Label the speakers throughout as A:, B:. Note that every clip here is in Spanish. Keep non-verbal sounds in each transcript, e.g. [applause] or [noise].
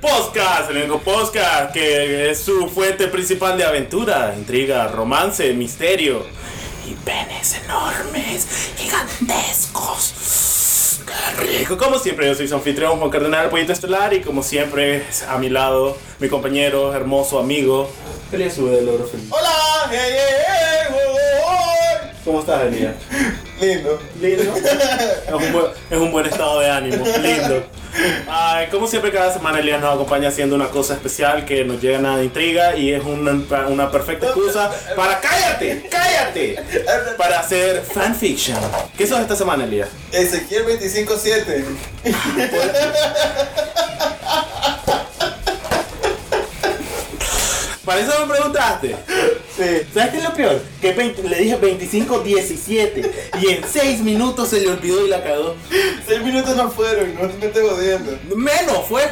A: podcast, el único podcast que es su fuente principal de aventura, intriga, romance, misterio y penes enormes, gigantescos. ¡Qué rico! Como siempre, yo soy su anfitrión Juan Cardenal Pollito Estelar y como siempre, a mi lado, mi compañero, hermoso amigo, Elías Sube del Oro Feliz.
B: ¡Hola! ¡Hey, hey, hey! ¡Wow, wow,
A: ¿Cómo estás, Elías?
B: wow! Lindo.
A: Lindo. Es un, buen, es un buen estado de ánimo, lindo. Ay, como siempre, cada semana Elías nos acompaña haciendo una cosa especial que nos llega nada de intriga y es una, una perfecta excusa para cállate, cállate, para hacer fanfiction. ¿Qué sos esta semana, Elías?
B: Ezequiel 25-7.
A: Para eso me preguntaste.
B: Sí.
A: ¿Sabes qué es lo peor? Que 20 le dije 25-17 y en 6 minutos se le olvidó y la cagó.
B: Seis minutos no fueron, no me estoy jodiendo.
A: Menos fue.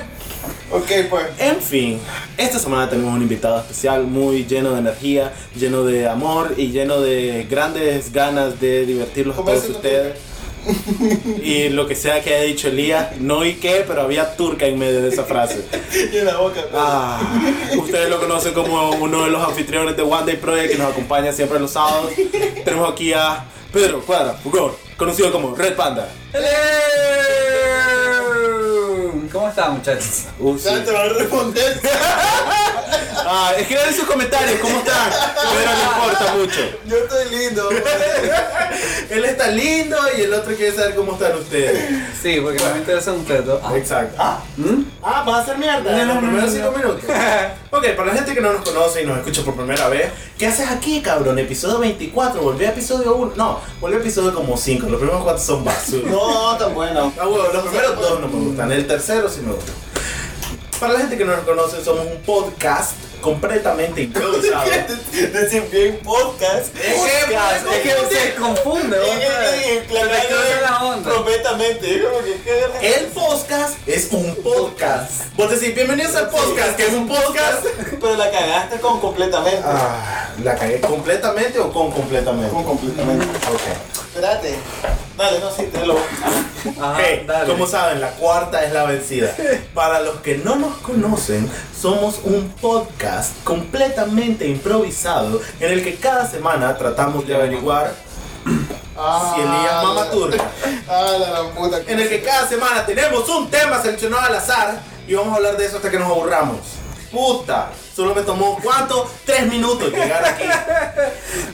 B: Ok, pues.
A: En fin, esta semana tenemos un invitado especial muy lleno de energía, lleno de amor y lleno de grandes ganas de divertirlos a
B: Comerse
A: todos
B: una
A: ustedes. [laughs] Y lo que sea que haya dicho Elías, no y qué, pero había turca en medio de esa frase.
B: Y en la boca. pues.
A: Ah, ustedes lo conocen como uno de los anfitriones de One Day Project que nos acompaña siempre los sábados. Tenemos aquí a Pedro Cuadra Fugón, conocido como Red Panda.
C: ¿Cómo están muchachos?
A: Uh, sí.
B: Ya te va a responder.
A: Ah, escriban en sus comentarios cómo están, pero no importa mucho.
B: Yo estoy lindo.
A: Él está lindo y el otro quiere saber cómo están ustedes.
C: Sí, porque me interesan ustedes dos. Ah,
A: Exacto. Ah,
C: ¿Mm?
A: ah, vas a hacer mierda en los primeros cinco minutos. [laughs] Ok, para la gente que no nos conoce y nos escucha por primera vez, ¿qué haces aquí, cabrón? Episodio 24, volví a episodio 1. No, volví a episodio como 5. Los primeros 4 son [laughs] basura.
B: No, tan bueno.
A: Ah, huevo, los primeros dos no me gustan, el tercero sí me gusta. Para la gente que no nos conoce, somos un podcast completamente improvisado. [laughs]
B: Decir bien podcast.
A: Podcast,
C: Ah, Es que se confunde,
B: Eh,
C: ¿verdad?
B: eh, eh,
C: Se te cruza la
B: claro,
C: onda.
B: Completamente. Es como que, ¿qué?
A: El podcast es un podcast. Vos decís, bienvenidos al podcast, que es un podcast.
B: Pero la cagaste con completamente.
A: Ah, la cagué completamente o con completamente.
B: Con completamente.
A: Ok.
B: Espérate. Dale, no, sí, te lo.
C: Ajá,
B: Eh,
A: Hey,
C: dale.
A: como saben, la cuarta es la [laughs] vencida. Para los que no nos conocen, somos un podcast completamente improvisado en el que cada semana tratamos de averiguar si Elías mama turca.
B: Ah, la gran puta.
A: En el que cada semana tenemos un tema seleccionado al azar y vamos a hablar de eso hasta que nos aburramos. Puta, solo me tomó cuánto? Tres minutos llegar aquí.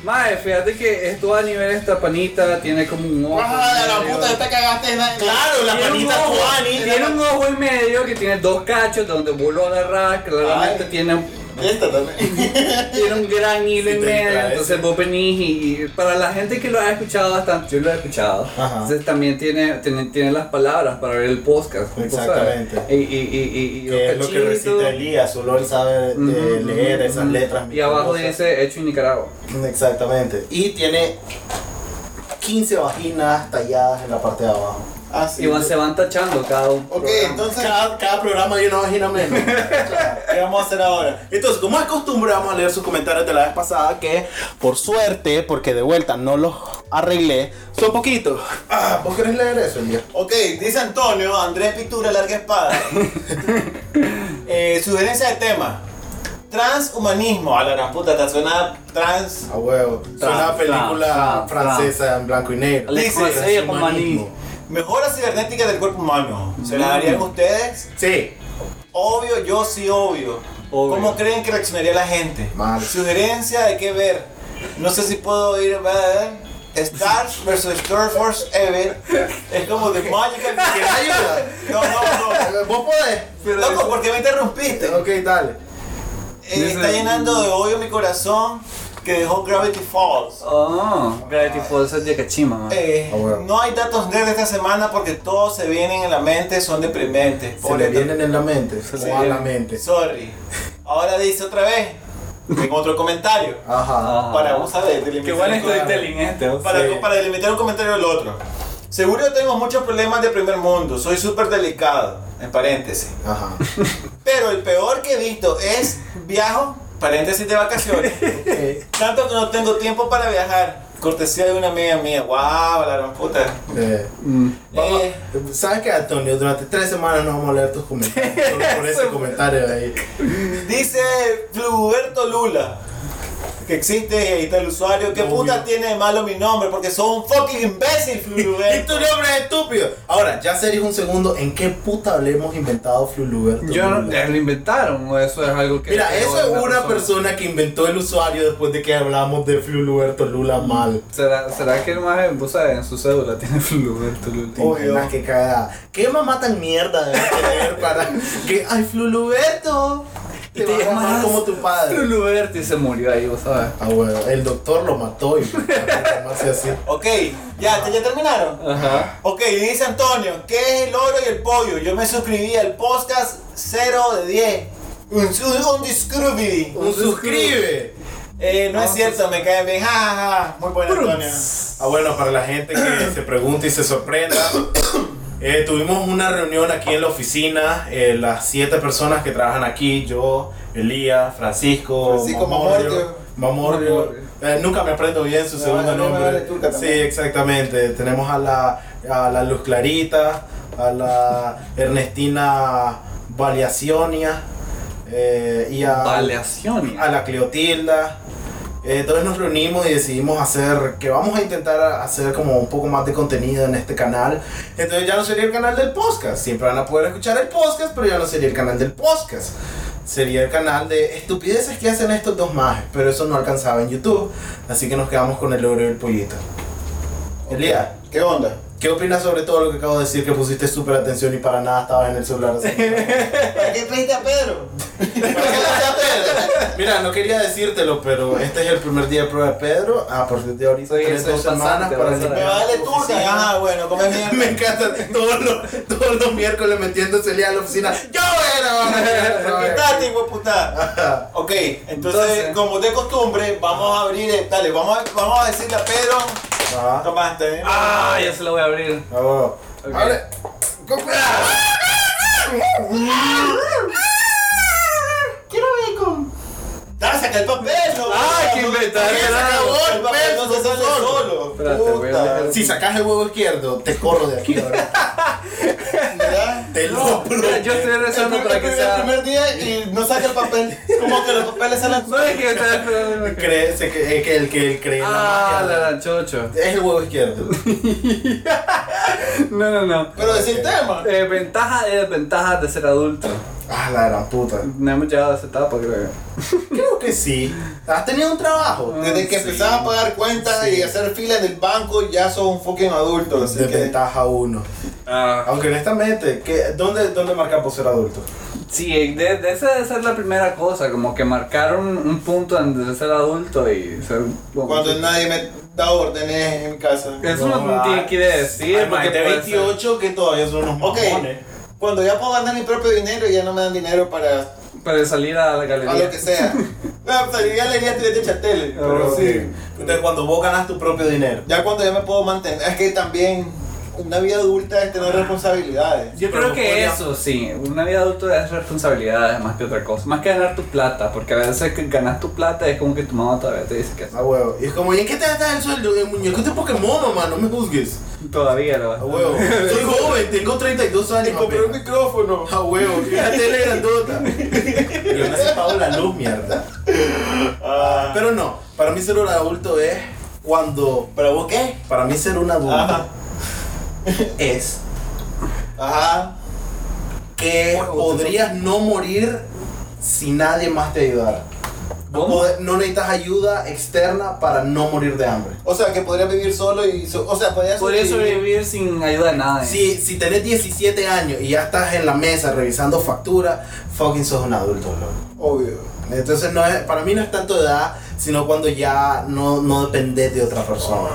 C: Mae, fíjate que esto a nivel esta panita tiene como un ojo.
B: Ah, la
C: en medio.
B: puta, esta cagaste en la.
A: Claro, la
C: Tiene un
A: panita
C: ojo-
A: Juani.
C: Tiene un ojo en medio que tiene dos cachos donde voló la rack, claramente
B: Ay.
C: tiene,
B: Esta también.
C: tiene un gran hilo
A: Sí,
C: en
A: te
C: medio,
A: entra
C: entonces vos venís y, y para la gente que lo ha escuchado bastante, yo lo he escuchado,
A: Ajá.
C: entonces también tiene, tiene, tiene las palabras para ver el podcast. como tú sabes.
A: Exactamente.
C: Y, y, y, y, y los
A: Que es lo que
C: cachitos.
A: recita Elías, solo él sabe eh,
C: Ujú,
A: leer
C: ujú,
A: esas
C: ujú.
A: letras.
C: Y abajo
A: misteriosas.
C: dice hecho en Nicaragua.
A: Exactamente. Y tiene 15 vaginas talladas en la parte de abajo.
B: Ah, sí.
C: y van, se van tachando cada uno.
B: Ok, entonces.
A: Cada, cada programa hay una vagina menos.
B: ¿Qué vamos a hacer ahora?
A: [laughs] Entonces, como es costumbre, vamos a leer sus comentarios de la vez pasada que, por suerte, porque de vuelta no los arreglé, son poquitos. Ah, ¿vos querés leer eso, Elías?
B: Ok, dice Antonio, Andrés Pintura, larga espada. eh, sugerencia de tema. Transhumanismo. A la gran puta, está suena trans.
A: A huevo. Es una
C: Tra,
A: película
C: tra, tra,
A: francesa en blanco y negro.
C: Le
A: Dice,
C: Conseil
A: "Es humanismo".
B: Mejora cibernética del cuerpo humano. ¿Se la darían ustedes?
A: Sí. Eh,
B: Obvio, yo sí obvio.
C: Obvio.
B: ¿Cómo creen que reaccionaría la gente?
A: Mal.
B: Sugerencia de qué ver. No sé si puedo ir a Star vs Star Force Ever. Es como de Magical.
A: ¿Quieres ayuda?
B: No, no,
A: ¿Vos podés?
B: no. Loco, ¿por qué me interrumpiste?
A: Ok, dale.
B: Eh, está llenando de odio mi corazón que dejó Gravity Falls.
C: Oh, Gravity Falls es de Cachima, man.
B: Eh,
A: Ah, bueno.
B: No hay datos nerds esta semana porque todos se vienen en la mente, son deprimentes.
A: Se le
B: Pobre
A: vienen en la mente.
C: le
A: o a la
C: vienen.
A: mente.
B: Eh, Sorry. Ahora dice otra vez. En otro comentario.
A: Ajá.
C: Ah.
B: Para vos sabés,
C: Qué
B: delimitar
C: bueno
B: un comentario.
C: storytelling este. o sea.
B: para,
A: Sí.
B: para delimitar un comentario del otro. Seguro tengo muchos problemas de primer mundo. Soy súper delicado. En paréntesis.
A: Ajá.
B: Pero el peor que he visto es viajo, paréntesis de vacaciones.
A: Eh,
C: [laughs]
B: Tanto que no tengo tiempo para viajar. Cortesía de una amiga mía. Wow, la gran puta.
A: Eh,
C: Mm.
A: vamos-
C: Eh.
A: ¿Sabes qué, Antonio? Durante tres semanas no vamos a leer tus comentarios.
C: [laughs]
A: solo por ese comentario ahí.
B: Dice Fluberto Lula que existe y está el usuario. ¿Qué
A: Obvio.
B: puta tiene de malo mi nombre? Porque sos un fucking imbécil,
A: [laughs] Y tu
B: Fluberto.
A: nombre es estúpido. Ahora, ya serio un segundo. ¿En qué puta hablemos inventado Fluluberto?
C: Yo no,
A: Lula?
C: eh, lo inventaron o eso es algo que
A: Mira,
C: creó
A: eso es
C: una
A: una persona que inventó el usuario después de que hablamos de Fluluberto Lula mal.
C: ¿Será, será que el más en, en su cédula [laughs] tiene Fluberto Lula?
A: Te imaginas qué cagada. ¿Qué mamá tan mierda debe tener para que ay Fluluberto y te vas a llamar como tu padre?
C: Fluberto y se murió ahí, vos sabes.
A: Ah, bueno, el doctor lo mató y [laughs] para llamarse así.
B: Ok, ya, ¿te- ya terminaron.
C: Ajá.
B: Ok, y dice Antonio, ¿qué es el oro y el pollo? Yo me suscribí al podcast 0 de 10. Un, un, un discrubi.
D: Pues
A: Un suscribe.
B: Eh, no, es
A: pues-
B: cierto, me cae bien. Ja, ja, ja. Muy bueno, Antonio.
D: Ah, bueno, para la gente que se pregunta y se sorprenda, [coughs] eh, tuvimos una reunión aquí en la oficina, eh, las siete personas que trabajan aquí, yo, Elías, Francisco,
B: Francisco
D: Mamorrio, Mamorrio.
C: Mamorrio.
D: Eh, nunca me aprendo bien su
B: No,
D: segundo
B: no, no,
D: nombre.
B: no, no, Ah, turca
D: sí,
B: también.
D: exactamente. Tenemos a la, a la Luz Clarita, a la Ernestina Valiacionia eh, y
A: Ah.
D: a
C: Paleación.
D: a la Cleotilda. Eh, entonces nos reunimos y decidimos hacer, que vamos a intentar hacer como un poco más de contenido en este canal. Entonces ya no sería el canal del podcast. Siempre van a poder escuchar el podcast, pero ya no sería el canal del podcast. Sería el canal de estupideces que hacen estos dos majes, pero eso no alcanzaba en YouTube. Así que nos quedamos con el oro y el pollito. Elías,
B: ¿Qué onda?
D: ¿qué opinas sobre todo lo que acabo de decir? Que pusiste súper atención y para nada estabas en el celular. así que-
B: [laughs] ¿Para qué trajiste a Pedro?
D: Mira, no quería decírtelo, pero este es el primer día de prueba de Pedro. Ah, A partir de ahorita,
C: Soy-
D: tres
C: soy
D: dos
C: pasante,
D: semanas para
C: vas a
D: que-
B: Me vale
A: Pues
B: turca. Ajá, bueno, come bien.
A: [laughs]
D: Me encanta todos los, todos los miércoles metiéndose a la oficina. Yo
B: [laughs]
D: era.
B: Quítate, hijo de puta. Ok, entonces,
C: Entonces-
B: como de costumbre, vamos a abrir. eh, Dale, vamos a, vamos a decirle a Pedro.
D: Ah,
B: Tomaste.
C: Ah, ya se lo voy a abrir.
D: ah, bueno.
C: Ok.
D: Abre. ¡Ah!
B: Quiero bacon. Dale, saca el papel. No,
C: Ah,
B: No,
C: que
B: no,
C: inventar,
B: no,
C: ¿verdad?
B: El papel no se sale solo.
C: Espérate, voy a dejar-
B: Puta.
A: Si sacas el huevo izquierdo, te corro de aquí ahora.
B: [laughs] ¿verdad?
A: Te lo
C: Mira,
A: prometo.
C: yo estoy rezando
B: El
C: para que
B: primer-
C: sea.
B: El primer día y no saca el papel. Como que los papeles salen
C: No es que está esperando. que-
A: Cree- se que- eh, que el que él cree en la
C: Ah,
A: magia.
C: la la chocho.
A: Es el huevo izquierdo.
C: No, no, no.
B: Pero decir tema.
C: Eh, ventaja y desventaja de ser adulto.
A: Ah, la gran puta.
C: No hemos llegado a esa etapa, creo.
A: Creo que sí. Has tenido un trabajo.
C: Ah.
B: Desde que
A: Sí.
B: empezabas a pagar cuentas y hacer filas del banco, ya sos un fucking adulto. Así
A: De
B: que.
A: ventaja uno.
C: Ah.
A: Aunque honestamente, ¿qué- ¿dónde, dónde marcamos ser adulto?
C: Sí, de, de esa debe ser la primera cosa, como que marcar un, un punto antes de ser adulto y ser. bueno,
B: Cuando
C: sí.
B: nadie me da órdenes en mi casa.
C: Eso
D: No,
C: no, tiene
D: ah,
C: que decir,
D: Hay
C: porque
D: más de
C: puede ser-
D: 28 que todavía son unos
B: Ok.
D: mamones.
B: Cuando ya puedo ganar mi propio dinero, ya no me dan dinero para
C: Para salir a la
B: a
C: galería.
B: lo que sea. no, pues ya le diría estudiante chatele,
A: Ah,
B: pero
C: Oh,
B: sí.
D: Entonces, cuando vos ganas tu propio dinero.
B: Ya cuando ya me puedo mantener, es que también una vida adulta es tener responsabilidades.
C: Yo
D: Pero
C: creo
D: no
C: que
D: podría-
C: eso, sí. Una vida adulta es responsabilidades más que otra cosa. Más que ganar tu plata, porque a veces que ganas tu plata es como que tu mamá todavía te dice que
A: A huevo. Y es como, ¿y en qué te gastas el sueldo? En muñecos de Pokémon, mamá, no me juzgues.
C: todavía lo vas
A: A
C: [laughs]
A: huevo. Soy joven, tengo 32 años. apenas.
B: micrófono.
A: A huevo, que la tele grandota. Yo no he pago la luz, mierda. Pero no, para mí ser un adulto es cuando.
B: ¿Pero vos qué?
A: Para mí ser un adulto
B: Ajá.
A: es
B: Ajá.
A: que podrías no morir si nadie más te ayudara. No
C: ¿Cómo?
A: pode- No necesitas ayuda externa para no morir de hambre.
B: O sea, que podrías vivir solo y. so- o sea, podrías
C: Podría sobrevivir sin ayuda de nadie.
A: Si, si tenés 17 años y ya estás en la mesa revisando facturas, fucking sos un adulto, bro.
B: Obvio.
A: Entonces no es, para mí no es tanto de edad, sino cuando ya no, no dependés de otra persona.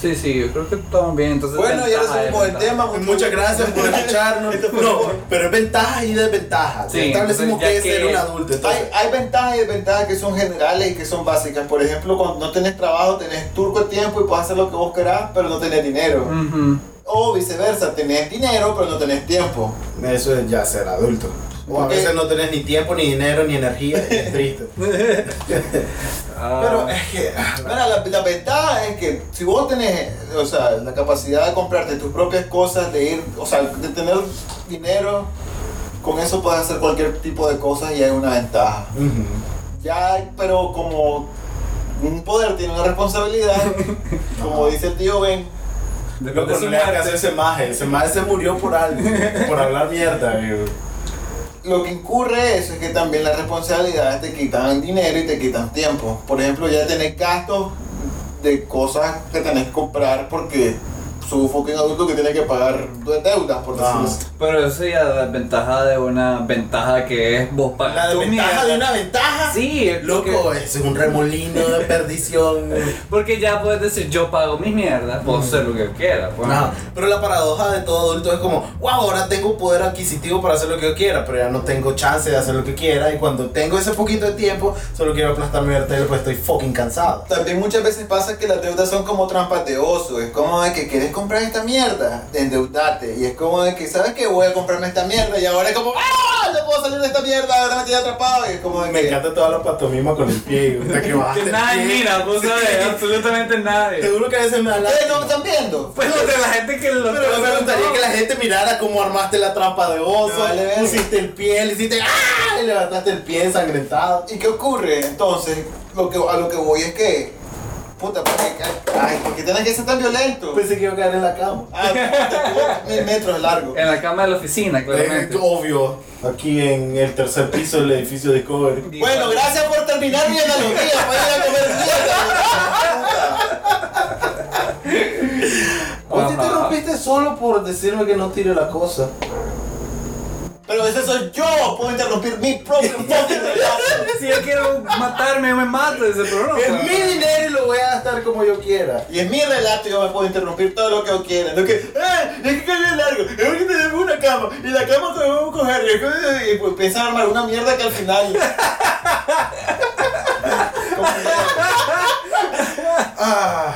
C: Sí, sí, yo creo que estamos bien. Entonces,
B: Bueno, ya
C: ventaja,
B: resolvimos el
C: desventaja.
B: tema.
A: Muchas gracias por escucharnos. No, pero es ventaja y desventaja.
C: Sí,
A: Establecimos
C: entonces, ya
A: que es
C: que-
A: ser un adulto. entonces-
B: Hay, hay ventajas y desventajas que son generales y que son básicas. Por ejemplo, cuando no tenés trabajo, tenés turco el tiempo y puedes hacer lo que vos querás, pero no tenés dinero.
C: Ujú.
B: O viceversa, tenés dinero, pero no tenés tiempo.
A: Eso es ya ser adulto. O a
D: [laughs]
B: Ok.
A: veces no tenés ni tiempo, ni dinero, ni energía. y Es triste.
C: Ah.
D: Pero es que, mira, la, la ventaja es que si vos tenés, o sea, la capacidad de comprarte tus propias cosas, de ir, o sea, de tener dinero, con eso puedes hacer cualquier tipo de cosas y hay una ventaja. Ya, pero como un poder tiene una responsabilidad, como dice el tío Ben,
A: Loco, no le hagas caso a ese maje. Ese maje se murió por
D: [laughs]
A: algo. por hablar mierda, amigo.
D: lo que incurre eso es que también las responsabilidades te quitan dinero y te quitan tiempo. Por ejemplo, ya tenés gastos de cosas que tenés que comprar porque su fucking adulto que tiene que pagar de- deudas, por
A: Ah.
D: decirlo así.
B: eh.
C: Pero eso ya es la ventaja de una ventaja que es vos pagas
A: La
C: tu
A: ventaja
C: mierda.
A: de una ventaja.
C: Sí, porque-
A: Loco, ese es un remolino de perdición.
C: [laughs]
D: eh.
C: Porque ya puedes decir, yo pago mis mierdas, puedo hacer lo que quiera. pues.
A: Ajá. Pero la paradoja de todo adulto es como, wow, ahora tengo poder adquisitivo para hacer lo que yo quiera, pero ya no tengo chance de hacer lo que quiera. Y cuando tengo ese poquito de tiempo, solo quiero aplastar mi vertedero pues estoy fucking cansado.
D: También muchas veces pasa que las deudas son como trampas de oso. Es como de que quieres comprar esta mierda, endeudate. Y es como de que, ¿sabes qué? Voy a comprarme esta mierda. Y ahora es como, ¡ah! No puedo salir de esta mierda, ahora me tiene atrapado. Y es como de
A: Me
D: que.
A: encanta toda la pantomima con el pie. güey.
C: [laughs]
A: Hasta que bajaste
C: Que
A: el
C: nadie
A: pie.
C: mira, vos sabes, absolutamente nadie.
A: Seguro que a veces me da la...
D: ¿Ustedes no me están viendo?
C: Pues o sea, la gente que lo
A: Pero me gustaría
C: no.
A: que la gente mirara cómo armaste la trampa de oso,
D: No, vale, verga.
A: pusiste el pie, le hiciste ¡ah! y levantaste el pie ensangrentado.
D: ¿Y qué ocurre? Entonces, lo que, a lo que voy es que. Puta, ¿por qué, ay, ¿por qué tenés que ser tan violento?
A: Pensé que iba a caer en la cama.
D: Ah, puta, mil metros es largo.
C: En la cama de la oficina,
A: Eh,
C: claramente.
A: obvio, aquí en el tercer piso del edificio Discovery.
D: Bueno, gracias por terminar mi analogía. [laughs] Voy a ir a comer mierda.
A: Vos te
C: Ajá.
A: interrumpiste solo por decirme que no tire la cosa.
D: Pero ese soy yo. Puedo interrumpir mi propio fucking relato.
C: Si yo quiero matarme, me mato desde el pues. programa.
A: Es mi dinero y lo voy a gastar como yo quiera.
D: Y es mi relato y yo me puedo interrumpir todo lo que yo quiera. No que, ¡eh! Es que cayó largo. Es que tenemos una cama. Y la cama que vamos a coger. Y, es que- y pues empiezan a armar una mierda que al final.
A: Ah,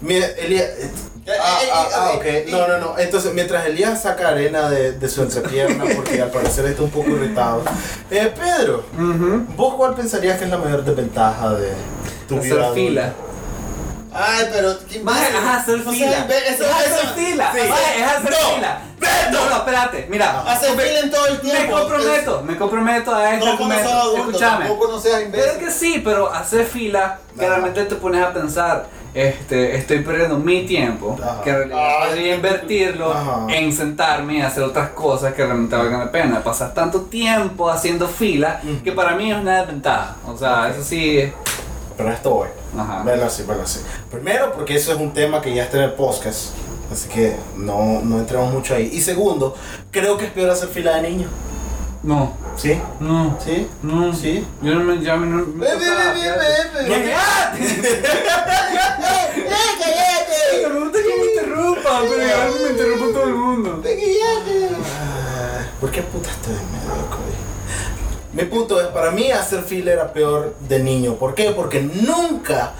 A: mira, Elías. eh,
D: Eh,
A: Ah,
D: eh,
A: ah,
D: eh,
A: ah, ok.
D: eh,
A: No, no, no. Entonces, mientras Elías saca arena de, de su [laughs] entrepierna, porque al parecer está un poco irritado. Eh, Pedro,
C: Ujú.
A: ¿vos cuál pensarías que es la mayor desventaja de tu vida?
C: Hacer
A: adulta?
C: fila.
D: Ay, pero. ¿qué
C: Maje,
D: imbécil?
C: es hacer
D: O sea,
C: fila.
D: ve- eso-
C: Es hacer
D: eso-
C: fila.
D: sí.
C: Maje, es hacer
D: No,
C: fila.
D: Beto.
C: No, no, espérate. Mira,
D: Hacer fila en todo el
C: me
D: tiempo.
C: comprometo, me comprometo a
D: Es-
C: este
D: No conoces a
C: argumento.
D: adultos,
C: Escúchame.
D: tampoco no seas
C: Pero
D: imbécil.
C: que sí, pero hacer fila, que
A: Ajá.
C: realmente te pones a pensar, este, estoy perdiendo mi tiempo,
A: Ajá.
C: que en realidad
D: Ay,
C: podría invertirlo
A: Ajá.
C: en sentarme y hacer otras cosas que realmente valgan la pena. Pasas tanto tiempo haciendo fila que para mí es una desventaja. O sea, eso sí es-
A: Pero esto voy.
C: Ajá.
A: Bueno, sí, bueno, sí. Primero, porque eso es un tema que ya está en el podcast. Así que no, no entremos mucho ahí. Y segundo, creo que es peor hacer fila de niños.
C: No,
A: ¿Sí?
C: no,
A: ¿Sí?
C: no.
A: ¿Sí?
C: Yo no me yo a mí no- me
D: Ve, ve,
C: tocaba,
D: ve,
C: fíjate.
D: ve, ve.
C: No, fíjate.
D: ¡Eh, cállate!
C: Me gusta que me interrumpan, pero ya me interrumpe todo el mundo.
D: ¡Cállate!
A: Ah, ¿Por qué puta estoy en medio, Cody? Mi punto es, para mí hacer fila era peor de niño. ¿Por qué? Porque nunca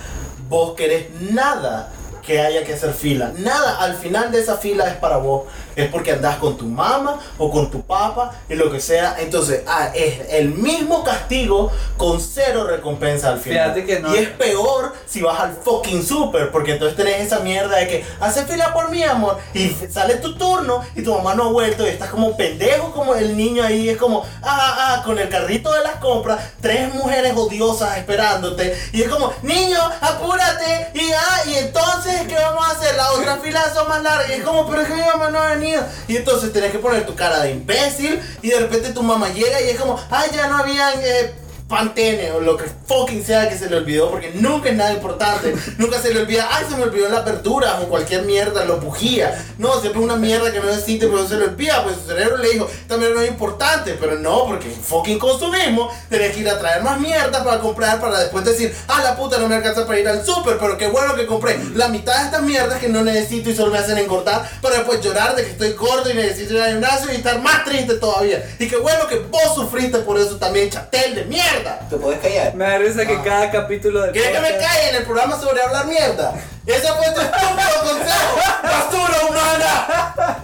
A: vos querés nada que haya que hacer fila. Nada, al final de esa fila es para vos. Es porque andás con tu mamá o con tu papá y lo que sea. Entonces, ah, es el mismo castigo con cero recompensa al final.
C: Fíjate que no.
A: Y es peor si vas al fucking super, porque entonces tenés esa mierda de que haces fila por mí, amor, y f- sale tu turno y tu mamá no ha vuelto y estás como pendejo, como el niño ahí, es como, ah, ah, ah, con el carrito de las compras, tres mujeres odiosas esperándote, y es como, niño, apúrate, y ah, y entonces, ¿qué vamos a hacer? Las otras filas son más largas, y es como, pero es que mi mamá no ha venido, y entonces tenés que poner tu cara de imbécil, y de repente tu mamá llega y es como, ay, ya no habían... eh, Pantene o lo que fucking sea que se le olvidó, porque nunca es nada importante. nunca se le olvida, ay, se me olvidó la apertura o cualquier mierda, lo bujía. No, siempre una mierda que no existe, pero se le olvida, pues su cerebro le dijo, también no es importante, pero no, porque fucking consumismo, tenés que ir a traer más mierda para comprar, para después decir, ah, la puta, no me alcanza para ir al súper, pero qué bueno que compré la mitad de estas mierdas que no necesito y solo me hacen engordar, para después llorar de que estoy gordo y necesito ir al gimnasio y estar más triste todavía. Y qué bueno que vos sufriste por eso también, chatel de mierda.
D: ¿Te podés callar?
C: Me da risa
D: Ah.
C: que cada capítulo del
A: ¿Quieres que me
C: podcast-
A: calle en el programa sobre hablar mierda?
D: ¡Ese fue tu estúpido consejo!
A: ¡Basura humana!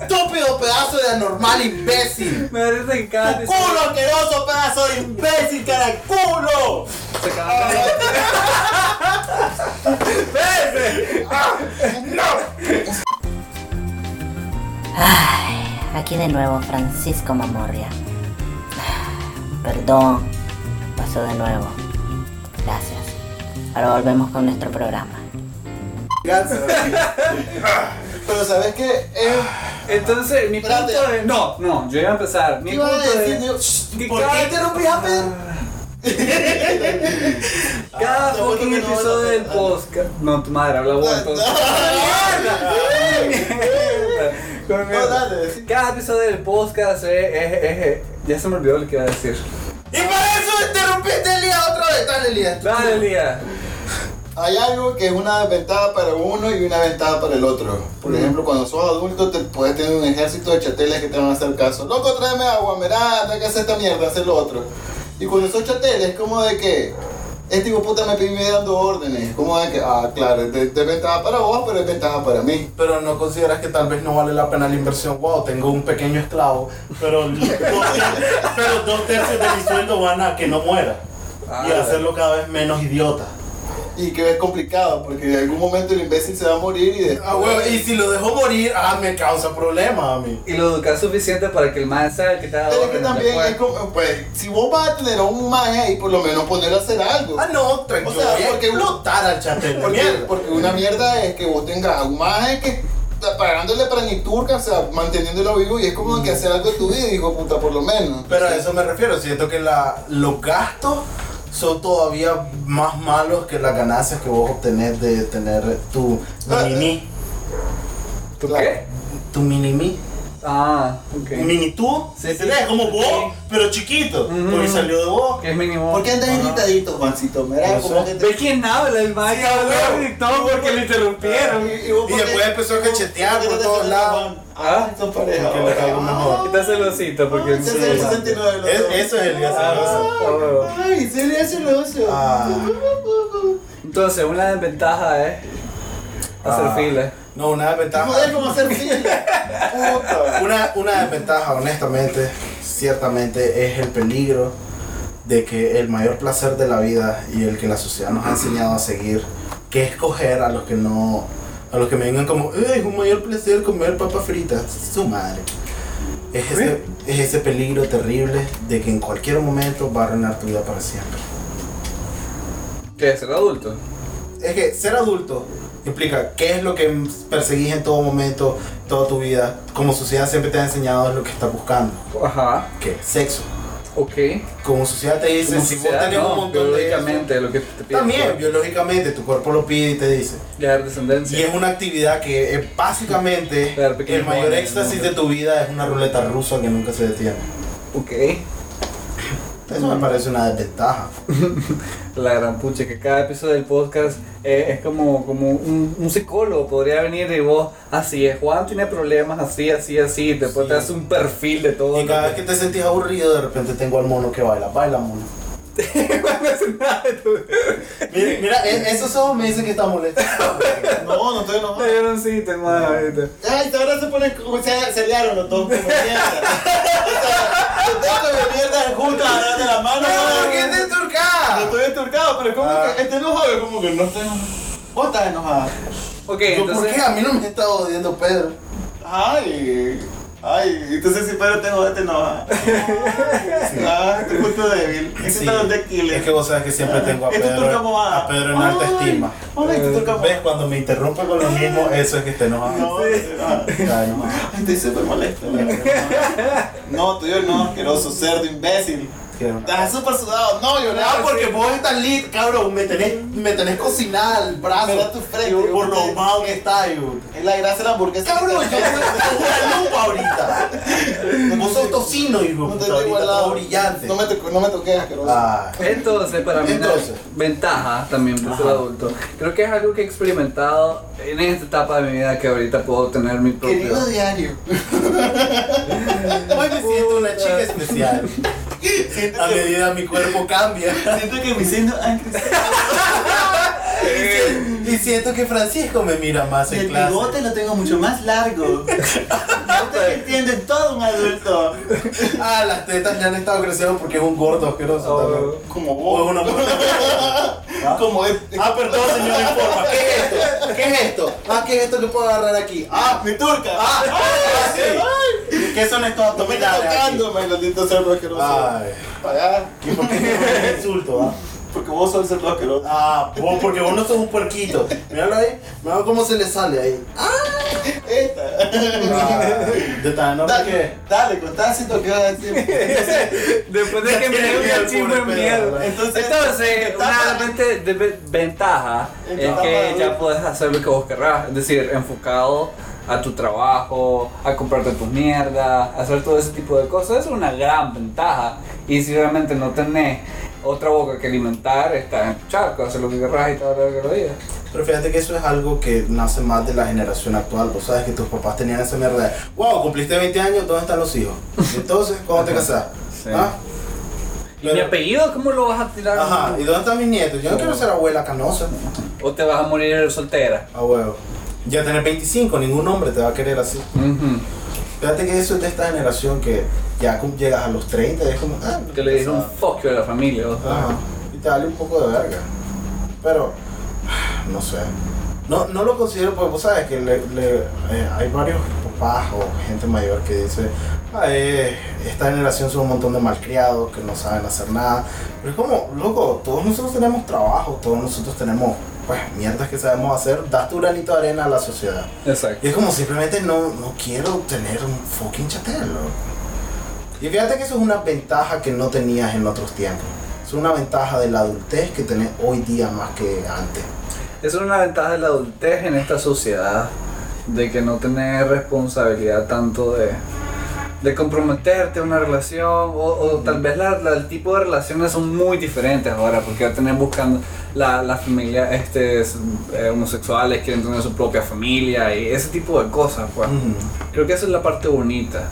D: ¡Estúpido pedazo de anormal imbécil!
C: Me da risa que cada
D: ¡Tu culo asqueroso pedazo de imbécil, cara de culo!
C: se cada mes. ¡Vete!
E: Ay, aquí de nuevo Francisco Mamorria. Perdón, pasó de nuevo. Gracias. Ahora volvemos con nuestro programa.
D: Pero sabes que es.
C: Entonces, mi
D: Espérate.
C: punto de. No, no, yo iba a empezar. Mi
D: ¿Qué iba
C: punto
D: a decir?
C: de. Ah.
D: Yo, shh,
C: que
D: ¿Por qué
C: cada-
D: interrumpí a Pedro? [laughs] Ah,
C: Cada
D: te apuesto
C: fucking
D: que no Ah, vas a
C: episodio del
D: hacer nada.
C: podcast. No, tu madre, habla vos entonces. [laughs] Con
D: No,
C: el-
D: dale, decí.
C: Cada episodio del podcast eh, es, es- es- Ya se me olvidó lo que iba a decir.
D: Y para eso interrumpiste a Elías otra vez. Dale, Elías.
C: Dale, Elías.
D: Hay algo que es una desventaja para uno y una ventaja para el otro. Por ejemplo, cuando sos adulto, te puedes tener un ejército de chateles que te van a hacer caso. Loco, tráeme agua, mirá, hay que hacer esta mierda, hacer lo otro. Y cuando sos chateles, es como de que. Este hijo de puta me pide dando órdenes. Como de que, ah, claro, es de- desventaja para vos, pero es ventaja para mí.
A: Pero no consideras que tal vez no vale la pena la inversión. Wow, tengo un pequeño esclavo, pero [laughs] dos, ter- pero dos tercios de mi sueldo van a que no muera y a hacerlo cada vez menos idiota.
D: Y que es complicado, porque en algún momento el imbécil se va a morir y después.
A: Ah, huevo, y si lo dejo morir, ah, me causa problemas a mí.
C: Y lo educas suficiente para que el man sea el que te haga
D: Pero es que
C: órdenes
D: también
C: después.
D: es como, pues, si vos vas a tener a un maje ahí, por lo menos ponerlo a hacer algo.
A: Ah, no, tranquilo,
D: O sea,
A: voy a
D: porque-
A: explotar al chatel de
D: Porque,
A: mierda.
D: porque una mierda es que vos tengas a un maje que está pagándole para ni turca, o sea, manteniéndolo vivo y es como que hacer algo de tu vida, hijo de puta, por lo menos.
A: Pero a eso me refiero, siento que la, los gastos son todavía más malos que las ganancias que vos obtenés de tener tu mini
C: ¿Tú
D: Claro.
C: qué?
A: tu mini mi.
C: Ah, ok.
A: Un mini tú,
C: Sí,
A: ¿entendés?
C: sí.
A: Es como vos,
C: Sí.
A: pero chiquito,
C: Ujú.
A: porque salió de vos.
C: Que es mínimo.
D: ¿Por qué andas irritadito, Juancito? Mira,
A: No
D: como
A: sé.
D: que te...
C: ¿De quién habla el man?
A: Sí,
C: Que habló
A: claro.
C: gritó porque le interrumpieron.
D: vos
A: Y
D: por qué-
A: después empezó a cachetear por
D: ¿Por qué te
A: todos
D: haces
A: lados.
D: el Juan?
C: Ah.
D: Ah, son pareja.
A: Porque le
D: ahora.
A: caigo mejor.
C: Estás celosito porque.
D: Ah, ese es el 69 los
A: Es-
D: dos.
A: eso es el día
C: Ah,
A: celoso.
C: ah, huevo.
D: Ay, se le hace el ocio.
A: Ah.
C: Entonces, una desventaja es hacer
A: Ah.
C: fila.
A: No, una
D: Joder,
A: desventaja.
D: cómo hacer fila. Puta.
A: Una, una desventaja, honestamente, ciertamente es el peligro de que el mayor placer de la vida y el que la sociedad nos ha enseñado a seguir, que es coger a los que no, a los que me vengan como, "Eh, es un mayor placer comer papas fritas, su madre. Es ese, es ese peligro terrible de que en cualquier momento va a arruinar tu vida para siempre.
C: ¿Qué? ¿Ser adulto?
A: Es que ser adulto implica qué es lo que perseguís en todo momento, toda tu vida. Como sociedad siempre te ha enseñado es lo que estás buscando.
C: Ajá.
A: ¿Qué? Sexo.
C: Ok.
A: Como sociedad te dice,
C: Como
A: si vos
C: sociedad,
A: tenés
C: no,
A: un montón de... eso,
C: biológicamente, lo que te piden.
A: También,
C: por
A: biológicamente, tu cuerpo lo pide y te dice.
C: Crear descendencia.
A: Y es una actividad que eh, básicamente
C: Claro, pequeño
A: el mayor
C: mono,
A: éxtasis
C: ¿no?
A: de tu vida es una ruleta rusa que nunca se detiene.
C: Ok.
A: Eso
C: Mm.
A: me parece una desventaja.
C: La gran pucha, que cada episodio del podcast eh, es como, como un, un psicólogo. Podría venir y vos, así es, Juan tiene problemas así, así, así. y Después
A: Sí.
C: te hace un perfil de todo.
A: Y
C: lo
A: cada vez que te sentís aburrido, de repente tengo al mono que baila. Baila, mono. Mira, mira, e- esos ojos me dicen que está
C: [laughs]
A: molesto.
D: No, no estoy
C: Te
D: enojado.
C: dieron cita, hermano, ahorita.
D: Ay, ahora se ponen Pues, como se se liaron los dos como mierda. O sea, los dos de mierda juntos agarrando la mano.
A: de Turca?
D: No estoy enturcado, pero como
A: Ah.
D: que este enojado es como que no estoy enojado. Vos estás enojada.
C: Ok,
A: ¿Por
C: entonces.
A: qué? A mí no me está odiando Pedro.
D: Ay. Ay, entonces si Pedro te joda, te enoja. Ah, tu punto débil. Ese
A: Sí.
D: está donde Aquiles.
A: Es que vos sabes que siempre tengo a
D: Ah, Es tu turca
A: Pedro,
D: bobada.
A: a Pedro en alta
D: Ay,
A: estima.
D: Ay, tu turca
A: ¿Ves?
D: bobada.
A: Cuando me interrumpe con lo mismo, eso es que te enojas.
D: No, te enojas.
A: Está enojado.
D: Ay, Estoy súper molesto. la
A: [laughs]
D: verdad. No, tuyo no, asqueroso cerdo imbécil.
A: Quiero una-
D: Estás súper sudado. No, yo
A: Ah,
D: no,
A: porque vos estás lit, cabrón. Me tenés, me tenés cocinada el
D: Mira
A: brazo.
D: tu frente,
A: yo,
D: yo,
A: por lo
D: porque-
A: mal que está, yo.
D: Es la gracia de la hamburguesa.
A: Cabrón, yo tengo una lupa ahorita. Vos sos tocino, hijo.
D: No
A: puta,
D: te tengo
A: Ahorita
D: al
A: todo
D: lado.
A: brillante.
D: No me, toques, no me toques, asqueroso.
A: Ah.
C: Entonces, para mí, una
A: Entonces.
C: ventaja también de ser
A: Ajá.
C: adulto. Creo que es algo que he experimentado en esta etapa de mi vida que ahorita puedo tener mi propio.
D: Querido diario.
A: Hoy me siento una chica especial. A medida mi cuerpo cambia.
D: Siento que me siento
A: Y siento que Francisco me mira más en clase.
D: lo tengo mucho más largo.
A: Ustedes entienden todo un adulto.
B: Ah, las tetas le han estado creciendo porque es un gordo asqueroso
C: Oh.
B: también.
D: Como
B: O es
D: vos.
B: una
A: [laughs]
D: Como es.
B: Ah, perdón, señor, informa.
D: ¿Qué es esto? ¿Qué es esto? Ah, ¿qué es esto que puedo agarrar aquí? Ah, mi turca. Ah, ah, sí.
B: ¿Qué son estos
D: No me está
B: abdominales? aquí?
D: tocando, maldito cerdo asqueroso.
A: Ah.
B: Ay,
D: Pagar.
B: ¿y por qué te insulto, ah?
D: Porque vos sos el cerdo asqueroso.
B: Ah, vos, porque vos no sos un puerquito. Míralo ahí, mira cómo se le sale ahí.
D: Esta.
B: Ah, de tan no
D: Dale,
B: porque.
D: dale, contá así lo que vas a decir.
C: Después de que me
B: Tiene
C: dio
B: miedo,
C: un chingo de
B: pobre pedo,
C: miedo.
B: ¿verdad?
C: Entonces,
D: tapa-
C: una mente de ve- ventaja
D: En
C: es
D: tapa
C: que
D: de-
C: ya puedes hacer lo que vos querrás. Es decir, enfocado a tu trabajo, a comprarte tus mierdas, a hacer todo ese tipo de cosas. Es una gran ventaja. Y si realmente no tenés otra boca que alimentar, estás en tu charco, hacer lo que querrás y te va a dar lo que lo digas.
A: Pero fíjate que eso es algo que nace más de la generación actual. Vos sabes que tus papás tenían esa mierda de, wow, cumpliste 20 años, ¿dónde están los hijos? Entonces, ¿cuándo te casás?
C: Sí.
A: ¿Ah?
C: ¿Y mi apellido cómo lo vas a tirar?
A: Ajá, ¿y dónde están mis nietos? Yo no quiero ser abuela canosa.
C: ¿O te vas a morir soltera?
A: A huevo. Ya tenés 25, ningún hombre te va a querer así.
C: Ujú.
A: Fíjate que eso es de esta generación que ya cum- llegas a los 30 y es como, ah,
C: Que le dieron un fuck you a la familia. ¿o?
A: Ajá. Ah, Y te vale un poco de verga. Pero, no sé. No, no lo considero, pues vos sabes que le- le- eh, hay varios papás o gente mayor que dice, "Ah, eh, esta generación son un montón de malcriados que no saben hacer nada. Pero es como, loco, todos nosotros tenemos trabajo, todos nosotros tenemos, pues, mierdas que sabemos hacer, das tu granito de arena a la sociedad.
C: Exacto.
A: Y es como simplemente no, no quiero tener un fucking chatel. loco. Y fíjate que eso es una ventaja que no tenías en otros tiempos. Es una ventaja de la adultez que tenés hoy día más que antes.
C: Esa es una ventaja de la adultez en esta sociedad, de que no tener responsabilidad tanto de, de comprometerte a una relación, o, o tal vez la- la- el tipo de relaciones son muy diferentes ahora, porque ya tenés buscando la, la familia este, es, eh, homosexuales, quieren tener su propia familia y ese tipo de cosas. Pues. Creo que esa es la parte bonita.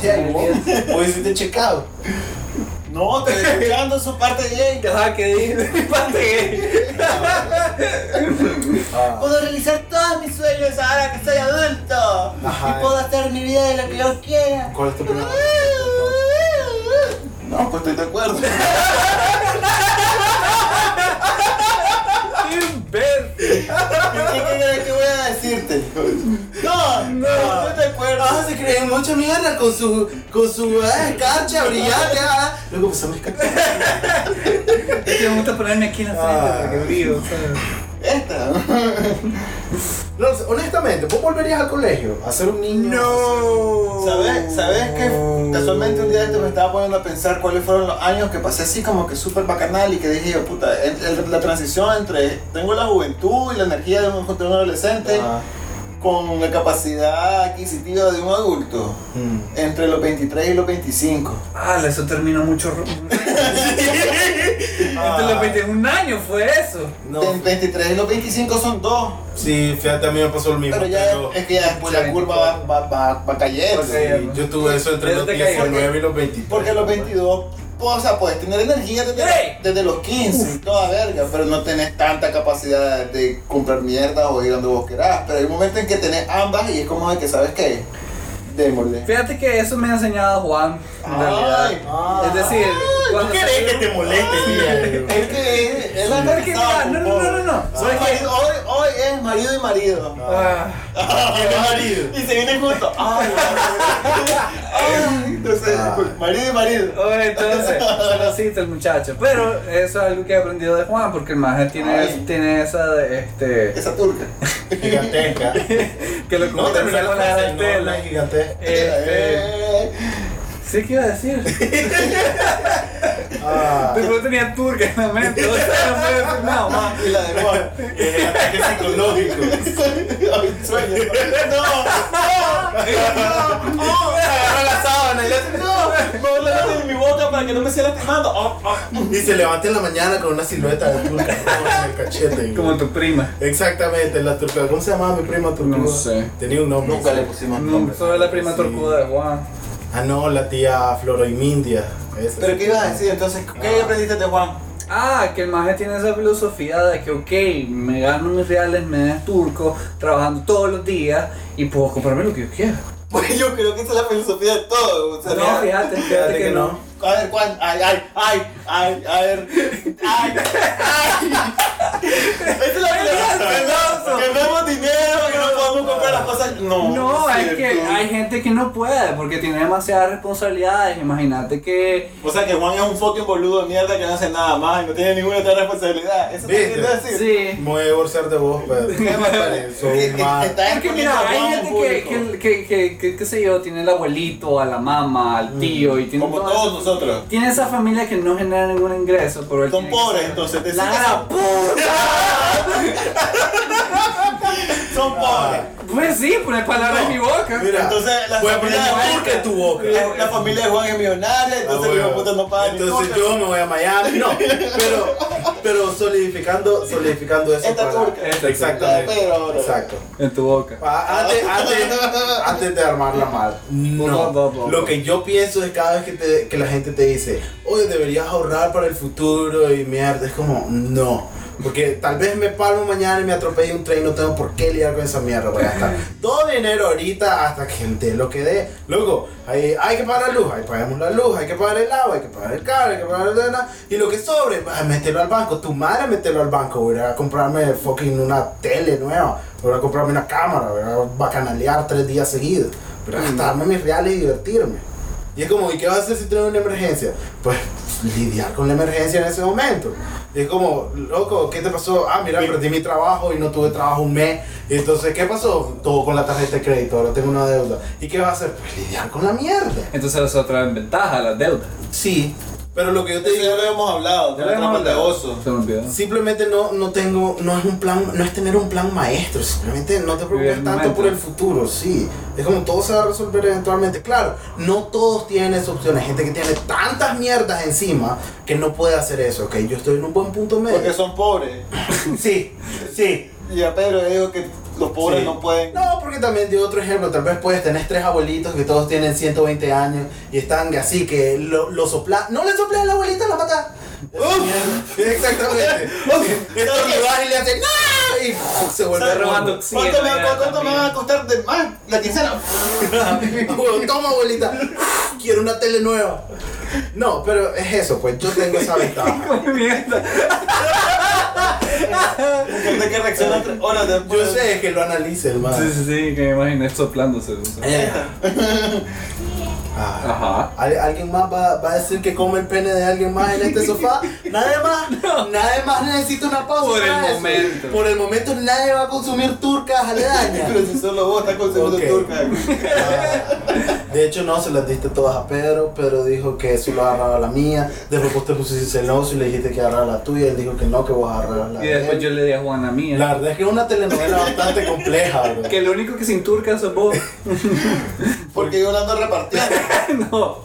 D: Sí, ahí vos, vos hiciste checado. No, te estoy escuchando su parte gay.
C: Ajá, ¿qué [laughs] dije?
A: Ah.
D: Puedo realizar todos mis sueños ahora que soy adulto.
A: Ajá.
D: Y puedo hacer mi vida de lo que yo quiera.
A: ¿Cuál es tu primera?
D: No, pues estoy de acuerdo. ¿Qué crees que voy a decirte? No, no, estoy de acuerdo.
A: Ah, se creen mucha mierda con su, con su
D: eh,
A: ah, escarcha brillante. ah. Luego pues, me escarcha.
C: Es que me gusta ponerme aquí en la frente
A: Ah.
C: porque brillo, ¿sabes?
D: Esta.
A: No, honestamente, ¿vos volverías al colegio a ser un niño?
B: No.
D: ¿Sabes? ¿Sabes que casualmente un día antes me estaba poniendo a pensar cuáles fueron los años que pasé así como que súper bacanal y que dije yo, puta, el- el- la transición entre tengo la juventud y la energía de un, de un adolescente
A: Ah,
D: con la capacidad adquisitiva de un adulto
A: mm.
D: entre los 23 y los 25.
C: Ah, eso terminó
A: [laughs]
C: mucho. ro- Entre los 21 años fue eso.
A: No.
D: De 23 y los 25 son dos,
A: Sí, fíjate, a mí me pasó lo mismo.
D: pero ya
A: tengo-
D: es que ya después la curva va, va, va, va cayendo.
C: Va
A: Sí, eh,
C: cayendo.
A: yo tuve eso entre
C: Eso
A: los
C: te cayó.
A: 19 y los 23.
D: Porque a los 22, pues, o sea, puedes tener energía desde,
C: ¡Ey!
D: desde los 15 y toda verga, pero no tenés tanta capacidad de comprar mierda o ir donde vos querás. Pero hay un momento en que tenés ambas y es como de que, ¿sabes qué? Démosle.
C: Fíjate que eso me ha enseñado Juan. En
D: Ay,
C: realidad.
A: ay.
C: es decir, cuando. salió-
D: Ah.
A: [laughs] moleste?
D: Es que es, es la
C: Porque, mira, no, no, no, no, no.
D: Soy marido- Ah. hoy, hoy es marido y marido.
C: Ah,
D: Ay, [laughs] Y se vienen
C: [laughs]
D: juntos. Ay, ay. Entonces,
C: Ah.
D: pues, marido y marido.
C: bueno, oh, entonces, se lo cita el muchacho. Pero eso es algo que he aprendido de Juan, porque el maje tiene,
D: Ay.
C: tiene esa de, este.
D: Esa turca.
A: Gigantesca.
C: que lo
A: No
C: comienza
A: terminé la
C: con la
A: frase, no, no Eh.
C: dentela.
A: es gigantesca.
C: Este, sí que iba a decir. [laughs]
A: Ah,
C: Pero tenía turca en la mente. O sea, no puede decir nada más.
D: [laughs] Y la de Juan. [laughs]
B: El ataque
A: [laughs]
B: psicológico.
D: Ay, sueño. No.
A: Oh.
B: Agarra la sábana y le hace, "No".
D: No, la de mi boca para que no me siga lastimando. Oh, oh.
A: y se levanta en la mañana con una silueta de turca en el cachete.
C: Como tu prima.
A: Exactamente, la turca. ¿Cómo se llamaba mi prima turca?
C: No sé.
A: Tenía un nombre.
D: Nunca le pusimos
C: No,
D: nombre.
C: solo la prima
A: Sí.
C: torcuda de Juan.
A: Ah, no, la tía Floroimindia. Esa.
D: Ah. Pero ¿qué ibas a decir entonces? ¿Qué aprendiste de Juan?
C: Ah, que el maje tiene esa filosofía de que, ok, me gano mis reales, me des turco, trabajando todos los días y puedo comprarme lo que yo quiera.
D: Pues yo creo que esa es la filosofía de todo. O sea,
C: No, fíjate, fíjate que no.
D: A ver, Juan, ay, ay, ay, ay, a ver, ay, ay. Esa es [laughs] la filosofía. Que vemos dinero, que no podemos comprar las cosas. No,
C: No, es
D: cierto.
C: que hay gente que no puede porque tiene demasiadas responsabilidades. Imagínate que.
D: O sea, que Juan es un fucking boludo de mierda que no hace nada más y no tiene ninguna otra responsabilidad. Eso
A: ¿Viste?
D: te quiero decir.
C: Sí.
A: Me voy a divorciar de vos, Pedro. ¿Qué me
D: Que-
A: [laughs] parece?
D: que-
A: Su madre.
D: está
C: Porque
D: exponiendo a
C: mira, hay
D: Juan a un
C: gente que,
D: público.
C: que, que, que, que- qué sé yo, tiene al abuelito, a la mamá, al tío y tiene
D: Mm, Como
C: toda-
D: todos nosotros.
C: Tiene esa familia que no genera ningún ingreso, pero él
D: Son
C: tiene que-
D: pobres, entonces. decir
C: ¡La
D: que
C: gran puta!
D: son- Son pobres.
C: Pues sí, poner palabras en mi boca.
A: Ah. Mira,
D: Entonces, la
F: Voy a poner
D: familia de
F: más
D: Juan-
F: turca en tu boca.
D: La, la familia de Juan es millonaria,
A: Ah,
D: entonces
A: bueno.
D: los putos no pagan. ni
A: Entonces
D: turca.
A: yo me voy a Miami. No, pero, pero solidificando, solidificando eso.
D: Esta
A: para-
D: turca.
C: Esta
A: Exactamente.
D: turca. Pero, bro.
A: Exacto.
C: En tu boca.
A: Pa- Antes, antes, antes de armarla mal.
C: No, no, no.
A: No. Lo que yo pienso es cada vez que, te- que la gente te dice, oye, deberías ahorrar para el futuro y mierda. Es como, no. Porque tal vez me palmo mañana y me atropelle un tren y no tengo por qué lidiar con esa mierda. Voy a gastar todo dinero ahorita hasta que te lo que dé. Luego, hay, hay que pagar la luz, hay que pagamos la luz, hay que pagar el agua, hay que pagar el carro, hay que pagar el... Y lo que sobre, ah, mételo al banco. Tu madre mételo al banco, voy a ir a comprarme fucking una tele nueva, voy a ir a comprarme una cámara, voy a ir a bacanalear tres días seguidos, voy a gastarme mis reales y divertirme. Y es como, ¿y qué vas a hacer si tienes una emergencia? Pues lidiar con la emergencia en ese momento. Y es como, loco, ¿qué te pasó? Ah, mira, perdí mi trabajo y no tuve trabajo un mes. Y entonces, ¿qué pasó? Todo con la tarjeta de crédito, ahora tengo una deuda. ¿Y qué vas a hacer? Pues lidiar con la mierda.
C: Entonces eso trae ventaja, las deudas.
A: Sí, pero lo que yo te
D: Eso
A: digo...
D: ya lo hemos hablado, de
C: Ya lo
D: la
C: hemos
D: trampa de
C: hablado.
D: oso.
C: Se me olvidó.
A: Simplemente no, no tengo, no es un plan, no es tener un plan maestro, simplemente no te
C: Vivir
A: preocupes
C: el
A: tanto
C: momento.
A: por el futuro, sí. Es como todo se va a resolver eventualmente. Claro, no todos tienen esa opción, hay gente que tiene tantas mierdas encima que no puede hacer eso, ok. Yo estoy en un buen punto medio.
D: Porque son pobres.
G: Sí, sí.
D: Y a Pedro le digo que los pobres
A: Sí.
D: no pueden.
A: No, porque también de otro ejemplo, tal vez puedes tener tres abuelitos que todos tienen 120 años y están así que lo, lo sopla, no le sopla a la abuelita la pata. Uf, [laughs] exactamente. Entonces le vas y le haces ¡No! y puf, se vuelve
C: Está robando
A: rojo.
D: ¿Cuánto,
C: oxígeno
D: me,
C: ya
D: cuánto
C: también.
D: me van a costar de más?
A: [laughs]
D: La quincena.
A: Bueno, Toma, abuelita. Quiero una tele nueva. No, pero es eso, pues yo tengo esa
C: [laughs]
A: ventaja.
C: Mierda.
D: Gente que reacciona tres horas después.
A: Yo sé que lo analice el
C: Sí,
A: man.
C: sí, sí, que me imaginé soplándose. o sea.
A: Eh. [laughs] Ah.
C: Ajá.
A: ¿Al- ¿Alguien más va, va a decir que come el pene de alguien más en este
C: [laughs]
A: sofá? Nadie más, nadie más necesita una pausa.
C: Por el
A: para eso.
C: momento.
A: Por el momento nadie va a consumir turcas aledañas.
C: [laughs]
D: Pero si solo vos estás consumiendo
A: Ok.
D: turca.
A: Ah, De hecho, no, se las diste todas a Pedro. Pedro dijo que eso lo agarraba la mía. Después vos te pusiste celoso y le dijiste que agarraba la tuya. Él dijo que no, que vos agarrabas la
C: Y después
A: de
C: yo
A: él.
C: le di a Juana mía.
A: La verdad es que es una telenovela bastante compleja, bro.
C: Que lo único que se inturca sos vos.
D: Porque yo la ando repartiendo. [laughs]
C: no.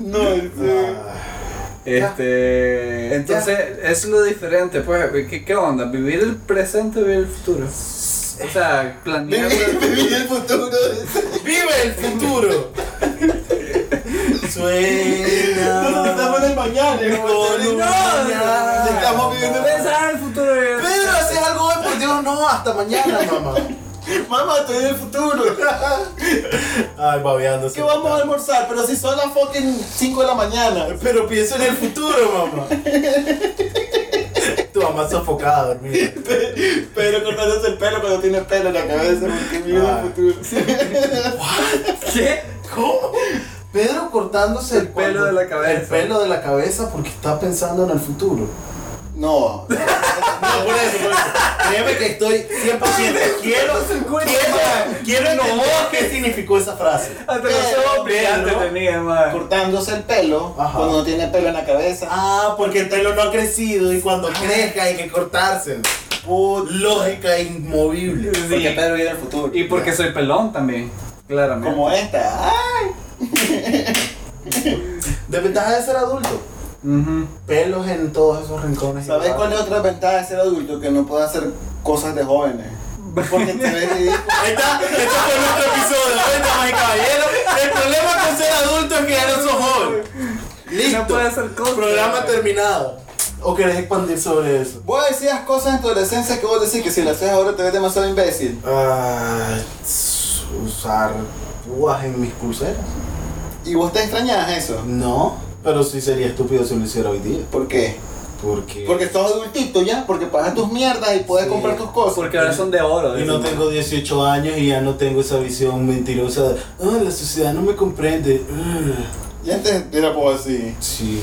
D: No, sí.
A: Ah,
C: Este. Entonces, es lo diferente, pues. ¿qué, qué onda? ¿Vivir el presente o vivir el futuro? O sea, planear.
D: Viví el futuro.
A: ¡Vive el
C: [laughs]
A: futuro!
D: Nosotros estamos en
A: Suena.
D: el mañana.
A: Con un mañana.
D: Estamos viviendo el
C: Pensar en el futuro. vivir-
A: Pedro, haces algo hoy, por Dios, no, hasta mañana, mamá.
D: Mamá, estoy en el futuro.
A: Ay, babeando.
D: ¿Qué vamos a almorzar? Pero si son las fucking 5 de la mañana.
A: Pero pienso en el futuro, mamá. tu mamá sofocada a dormir.
D: Pero cortándose el pelo cuando tiene pelo en la cabeza. Porque vive
A: Ah.
D: el futuro.
C: ¿Qué?
A: ¿Cómo? Pedro cortándose el,
C: El pelo
A: cuando-
C: de la cabeza.
A: El pelo de la cabeza porque está pensando en el futuro.
D: No.
A: No, por eso, por eso. Créeme que estoy 100%. [laughs] quiero, quiero, quiero entender qué significó esa frase.
C: Hasta los ojos brillantes
A: Pedro.
C: tenía, madre.
D: Cortándose el pelo
A: Ajá.
D: cuando no tiene pelo en la cabeza.
A: Ah, porque el pelo no ha crecido y cuando crezca hay que cortárselo. Put- lógica inmovible.
D: Porque Pedro vive el futuro.
C: Y porque soy pelón también. Claramente.
D: Como esta. Ah, ¡Ay!
A: Desventaja de ser adulto.
C: Ujú.
A: Pelos en todos esos rincones. y
D: ¿Sabes
A: barras.
D: cuál es otra ventaja de ser adulto? Que no puedo hacer cosas de jóvenes. Porque te ves ridículo.
A: Ahí está, esto fue nuestro episodio. Venga, mi caballero. El problema con ser adulto es que ya no sos joven. Listo.
C: No puede ser cosa.
A: Programa terminado. ¿O querés expandir sobre eso?
D: Vos decías cosas en tu adolescencia que vos decís que si las haces ahora te ves demasiado imbécil.
A: Ah, usar púas en mis pulseras.
D: Y vos te extrañas eso.
A: No, pero sí sería estúpido si lo hiciera hoy día.
D: ¿Por qué?
A: Porque.
D: Porque sos adultito ya, porque pagas tus mierdas y puedes
A: Sí.
D: comprar tus cosas.
C: Porque ahora son de oro.
A: Y no
C: dicen.
A: tengo 18 años y ya no tengo esa visión mentirosa de, ah, la sociedad no me comprende. Ah,
D: Y antes era como así.
A: sí,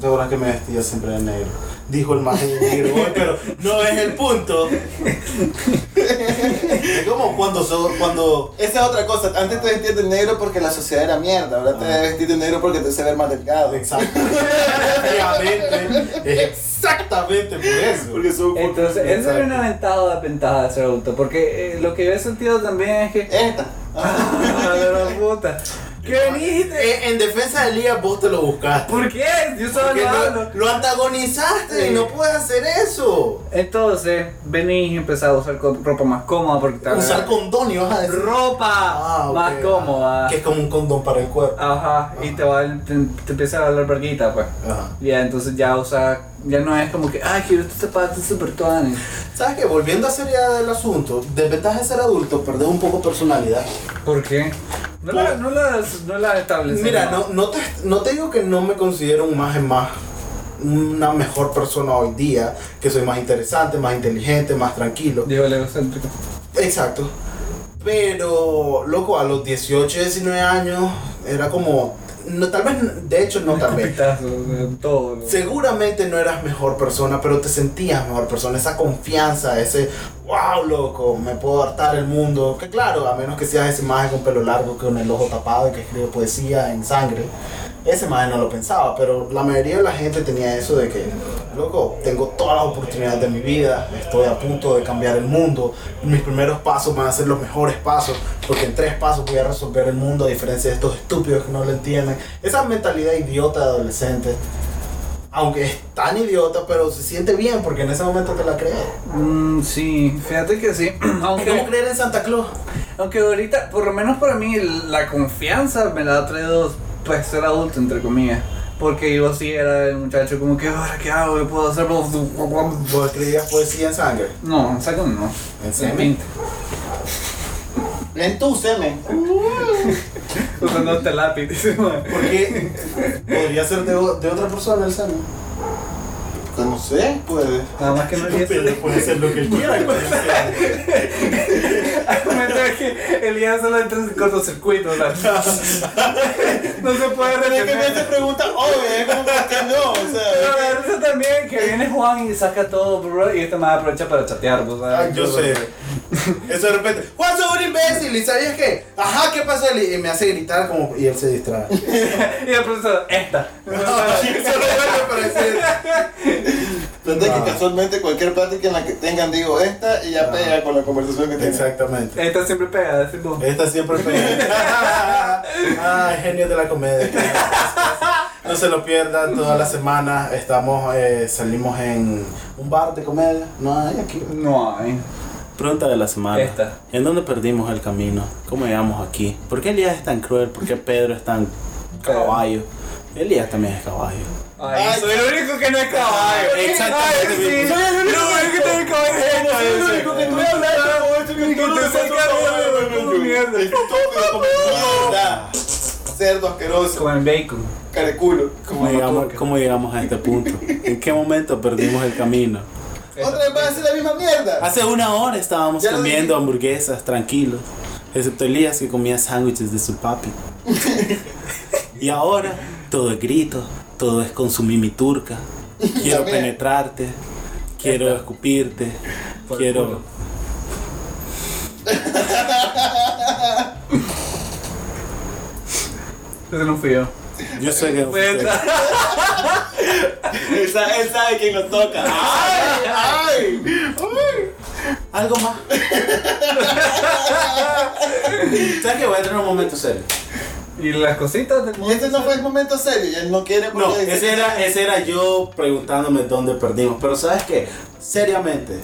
A: de verdad que me vestía siempre de negro. Dijo el más negro, "Oye, pero no es el punto. Es como cuando, so- cuando
D: Esa es otra cosa. Antes te vestías de negro porque la sociedad era mierda. Ahora te
A: Ah.
D: vestías de negro porque te hace ver más delgado.
A: Exactamente. Es exactamente por eso.
D: Porque son-
C: Entonces,
A: Exacto.
C: esa es una ventaja, ventaja de ser adulto. Porque eh, lo que yo he sentido también es
A: Eh.
C: que.
D: Esta.
C: ¡Ah, la gran
A: [laughs]
C: puta! ¿Qué viniste?
A: Eh, en defensa de Elías vos te lo buscaste.
C: ¿Por qué? Yo solo
A: Porque
C: lo
A: lo,
C: hablo.
A: lo antagonizaste y
C: Sí.
A: no puedes hacer eso.
C: Entonces, venís y empezás a usar co- ropa más cómoda porque te van a-
A: Usar condón y vas a decir.
C: ropa
A: Ah, ok.
C: más cómoda. Ah.
A: Que es como un condón para el cuerpo.
C: Ajá, y te, va, te, te empieza a hablar verguita, pues.
A: Ajá.
C: Ya, entonces ya, o sea, ya no es como que, ay, quiero estos zapatos super tuanes.
A: ¿Sabes qué? Volviendo a seriedad del asunto, desventaja de ser adulto, perdés un poco personalidad.
C: ¿Por qué? No la, no la, no la establecemos.
A: Mira, no, no, te, no te digo que no me considero un más en más una mejor persona hoy día, que soy más interesante, más inteligente, más tranquilo.
C: Digo, el egocéntrico.
A: Exacto. Pero, loco, a los 18, 19 años era como. No, tal vez, de hecho, no tal vez.
C: Pitazo, de todo. ¿no?
A: Seguramente no eras mejor persona, pero te sentías mejor persona. Esa confianza, ese wow, loco, me puedo hartar el mundo. Que claro, a menos que seas ese maje con pelo largo, que con el ojo tapado y que escribe poesía en sangre. Ese maje no lo pensaba, pero la mayoría de la gente tenía eso de que, loco, tengo todas las oportunidades de mi vida, estoy a punto de cambiar el mundo. Mis primeros pasos van a ser los mejores pasos, porque en tres pasos voy a resolver el mundo, a diferencia de estos estúpidos que no lo entienden. Esa mentalidad idiota de adolescente aunque es tan idiota, pero se siente bien porque en ese momento te la crees.
C: Mm, sí, fíjate que sí.
A: Es
C: [clears throat]
A: como
C: aunque,
A: creer en Santa Claus.
C: aunque ahorita, por lo menos para mí, la confianza me la ha traído, pues, ser adulto, entre comillas. Porque yo sí era el muchacho como que, ahora qué hago, qué puedo hacer.
A: Vos escribías poesía en sangre.
C: No, saco no.
A: ¿En
C: Se
A: serio? [laughs]
C: pinta.
D: En tu semen.
C: Usando este lápiz, dice, man.
A: Porque podría ser de, o- de otra persona el sangre.
D: No sé, puede.
C: Nada más que
A: [laughs]
C: no es eso.
A: puede ser lo que él quiera. pues. con el
C: [laughs]
A: sangre.
C: Al momento de que el día solo entra en cortocircuito, o sea, no se puede
D: Pero es que me hace
C: retener.
D: preguntas obvias, es como que no, o
C: Pero
D: sea.
C: me da risa también que viene Juan y saca todo, bro, y este más aprovecha para chatear, pues, ¿sabes?
A: Ay, Ah, yo sé. Eso de repente, Juan, sos un imbécil. ¿Y sabías qué? Ajá, ¿qué pasó? Y me hace gritar como. Y él se
C: [laughs]
A: distrae. [laughs]
C: Y el profesor, esta.
A: Eso no vuelve a aparecer.
D: Entonces
A: Ah.
D: que casualmente cualquier plática en la que tengan digo esta y ya pega con la conversación que tengan.
A: Exactamente.
C: Esta siempre pega, decimos.
A: Esta siempre
F: [laughs]
A: fue. Ay, genio de la comedia. No se lo pierdan todas las semanas. Estamos, eh, salimos en un bar de comedia. No hay aquí.
C: No hay.
F: Pregunta de la semana.
C: Esta.
F: ¿En dónde perdimos el camino? ¿Cómo llegamos aquí? ¿Por qué Elías es tan cruel? ¿Por qué Pedro es tan caballo? Elías también es caballo.
C: Ay,
D: Ay,
C: soy el único que no es caballo.
F: Exactamente.
C: Ay, sí. Soy el único que no es caballo. Soy el único que no es caballo. Y que te saca de- de- de- mierda.
D: Estúpido, como mierda. Cerdo asqueroso,
C: Como en bacon.
D: careculo.
F: ¿Cómo llegamos,
C: Macoque.
F: ¿Cómo llegamos a este punto? ¿En qué momento perdimos el camino?
D: Otra vez vas a hacer la misma
A: Ah.
D: mierda.
F: Hace una hora estábamos
D: Ya lo
F: comiendo
D: dije.
F: hamburguesas tranquilos, excepto Elías que comía sándwiches de su papi. y ahora todo es grito, todo es consumir mi turca. Quiero
D: También.
F: penetrarte, quiero escupirte,
C: Por el
F: quiero.
C: culo. Ese no fui yo.
F: Yo sé que.
C: Fue esta.
F: Él sabe, quién lo toca.
D: Ah. ¡Ay!
F: Algo más. ¿Sabes que voy a tener un momento serio?
C: Y las cositas del
D: Y este no fue el momento serio, y él no quiere porque
F: No,
D: dice-
F: ese era, ese era yo preguntándome dónde perdimos. Pero sabes que, seriamente,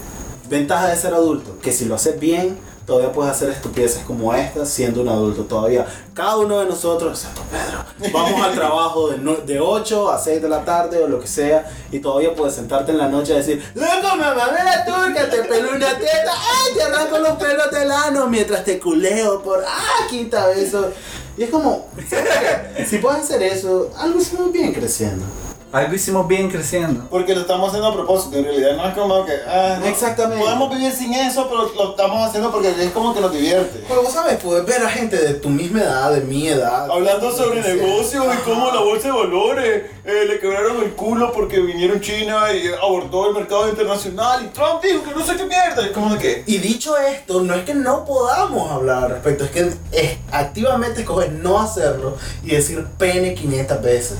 F: ventaja de ser adulto, que si lo haces bien, todavía puedes hacer estupideces como esta siendo un adulto todavía. Cada uno de nosotros, excepto Pedro,
A: vamos al trabajo de, nue- de 8 a 6 de la tarde o lo que sea, y todavía puedes sentarte en la noche a decir, loco, mamá, me la turca, te pelo una teta, ay, te arranco los pelos del ano mientras te culeo por, ah, quita eso. Y es como, [laughs] si puedes hacer eso, algo se ve bien creciendo.
C: Algo hicimos bien creciendo.
D: Porque lo estamos haciendo a propósito, en realidad no es como que. ah, no,
A: Exactamente.
D: Podemos vivir sin eso, pero lo estamos haciendo porque es como que nos divierte.
A: Pero vos sabes, puedes ver a gente de tu misma edad, de mi edad.
D: Hablando sobre
A: Sí.
D: negocios y cómo la bolsa de valores eh, le quebraron el culo porque vinieron China y abordó el mercado internacional y Trump dijo que no sé qué mierda. Es como de que.
A: Y dicho esto, no es que no podamos hablar al respecto, es que es, activamente escoger no hacerlo y decir pene 500 veces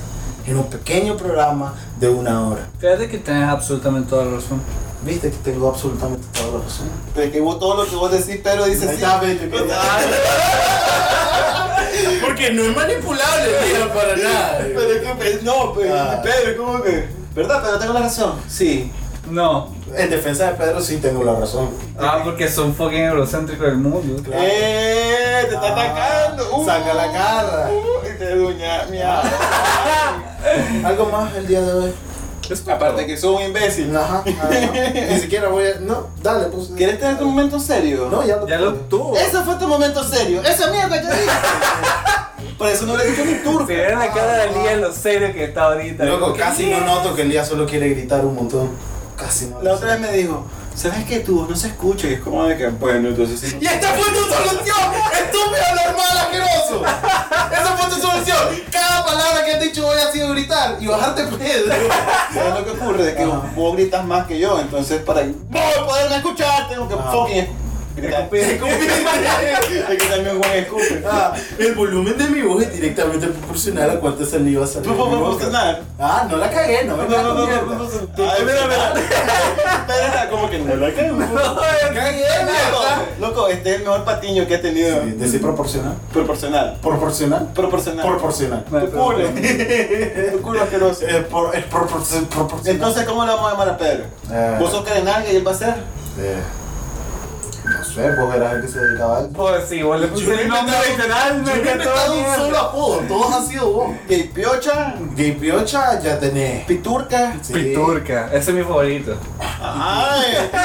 A: en un pequeño programa de una hora.
C: Fíjate que tienes absolutamente toda la razón.
A: Viste que tengo absolutamente toda la razón.
D: Pero que vos todo lo que vos decís, pero dices sí.
A: Exactamente, que- [laughs]
F: Porque no es manipulable, tío, para nada.
D: [laughs] Pero es que. pues, No, pues,
A: Ah.
D: pero es como que. ¿Verdad? Pero tengo la razón.
A: Sí,
C: No.
A: en defensa de Pedro sí tengo la razón.
C: Ah, porque son fucking eurocéntricos del mundo.
A: Claro.
D: ¡Eh! ¡Te está
A: Ah.
D: atacando! Uh,
A: Saca la cara.
D: uh, y te duña, mía.
A: ¿Algo más el día de hoy?
D: Aparte que soy un imbécil.
A: Ajá, ajá. ni siquiera voy a... No, dale, pues...
D: ¿Quieres tener tu momento serio?
A: No, ya lo...
C: Ya lo tuvo.
D: Ese fue tu momento serio. Esa mierda que dije. Por eso no le dije ni turco.
C: Se ve la cara de Lía en lo serio que está ahorita.
A: Loco, casi no noto que el día solo quiere gritar un montón. Casi no.
D: La otra vez me dijo, ¿sabes que tu voz no se escucha? Y es como de que, bueno, entonces sí.
A: ¡Y [laughs] esta fue tu solución! ¡Estúpido, normal, asqueroso! ¡Esa fue tu solución! Cada palabra que has dicho hoy ha sido gritar y bajarte pedo.
D: ¿Sabes lo que ocurre? De que
A: Ajá.
D: vos gritas más que yo, entonces para ¡Voy a poderme escuchar! Tengo que
A: Ajá.
D: fucking gritar. Hay que darme un buen escupe.
A: Ah, [laughs] el volumen de mi voz es directamente proporcional a cuánto saliva sale.
D: No
A: de mi
D: puedo
A: boca.
D: funcionar.
A: Ah, no la cagué, no me
D: No, no, no,
A: cagué.
D: no, no, no. Ay, mira, mira. Espera, como que no la cago.
A: ¡Cagué, mierda!
D: Loco, Loco, este es el mejor patiño que he tenido.
A: Sí, Decir proporcional.
D: Proporcional.
A: Proporcional.
D: Proporcional.
A: Proporcional.
D: tu culo. tu culo asqueroso.
A: Eh, por, es proporcion- proporcional.
D: Entonces, ¿cómo le vamos a llamar a Pedro?
A: Eh.
D: ¿Vos sos cadenaga y él va a ser?
A: Eh, no sé, vos verás el que se dedicaba a
C: Pues sí, vos le
A: Yo no
C: pusiste el nombre literal, me encantó. mierda.
A: apodo, todos han sido vos.
D: Gay piocha,
A: Gay Piocha ya tenés.
D: piturca.
A: Sí.
C: Piturca, ese es mi favorito.
D: ¡Ay! ¡Ay!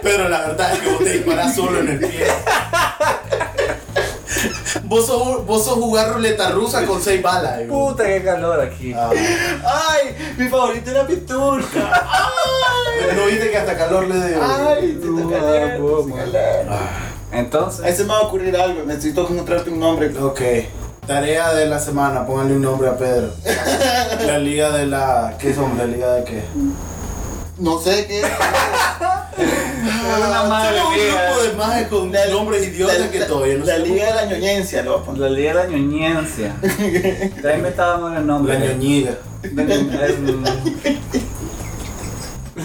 A: Pero la verdad es que vos te disparás solo en el pie. Vos sos, un- vos sos jugar ruleta rusa con seis balas. eh.
C: Puta, qué calor aquí.
A: Ah.
D: ¡Ay! Mi favorito era piturca.
A: ¿No viste que hasta calor le dio?
D: ¡Ay! Se está caliente, se
C: Guau,
D: caliente.
A: Ah.
C: Entonces,
D: Ahí se me va a ocurrir algo. Necesito encontrarte un nombre.
A: Ok. Tarea de la semana, pónganle un nombre a [laughs] Pedro. La liga de la. ¿Qué son? ¿La liga de qué?
D: No sé
C: [laughs]
D: qué.
A: Ah,
D: Una
C: Ah, madre
A: Somos un
C: mía.
A: grupo de majes con nombres idiotas que todavía no
D: La
A: sabemos.
D: Liga de la Ñoñencia, lo voy a poner.
C: la liga de la ñoñencia.
D: [laughs]
C: Ya inventábamos el nombre.
A: La ñoñiga.
C: De ñoñez. mm,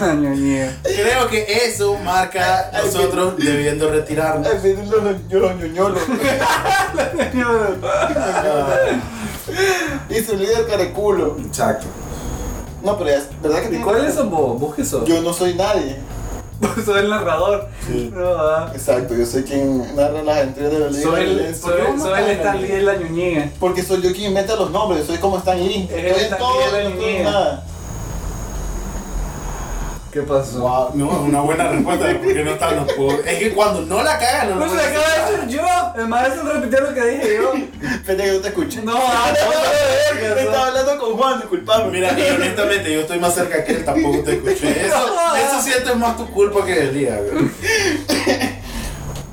C: [laughs] La ñoñez.
A: Creo que eso marca
D: Ay,
A: nosotros debiendo retirarnos.
D: Ay, sí, los ñoñolos, ñoñolos. [laughs] Y su líder careculo.
A: Exacto.
D: No, pero es verdad que
C: ¿Y
D: tiene-
C: cuál es eso vos? ¿Vos qué sos? [laughs]
D: Yo no soy nadie.
C: Vos sos el narrador. No, ah.
D: Exacto, yo soy quien narra las entregas de la Liga.
C: Soy
D: de la
C: el,
D: Ñoñencia.
C: soy,
D: ¿Por qué vos no
C: soy el
D: estás en la
C: Stan Lee
D: Liga?
C: de la ñoñiga.
D: Porque soy yo quien inventa los nombres, yo soy como Stan Lee.
C: el
D: Estoy en
C: Stan
D: todo,
C: Lee de
D: no
C: la
D: estoy en
C: Ñoñencia.
D: nada.
C: ¿Qué pasó?
A: Wow, no, es una buena respuesta de por qué no están los pobres. Es que cuando no la cagan, no
C: No
A: la
C: se acaba de decir yo. El maestro repitió lo que dije yo.
D: Espera que yo te escuché.
C: No, ah, verga,
D: Estaba
C: no.
D: hablando con Juan, disculpame.
A: Mira, y honestamente, yo estoy más cerca que él, tampoco te escuché. Eso, eso siento es más tu culpa que el día, güey.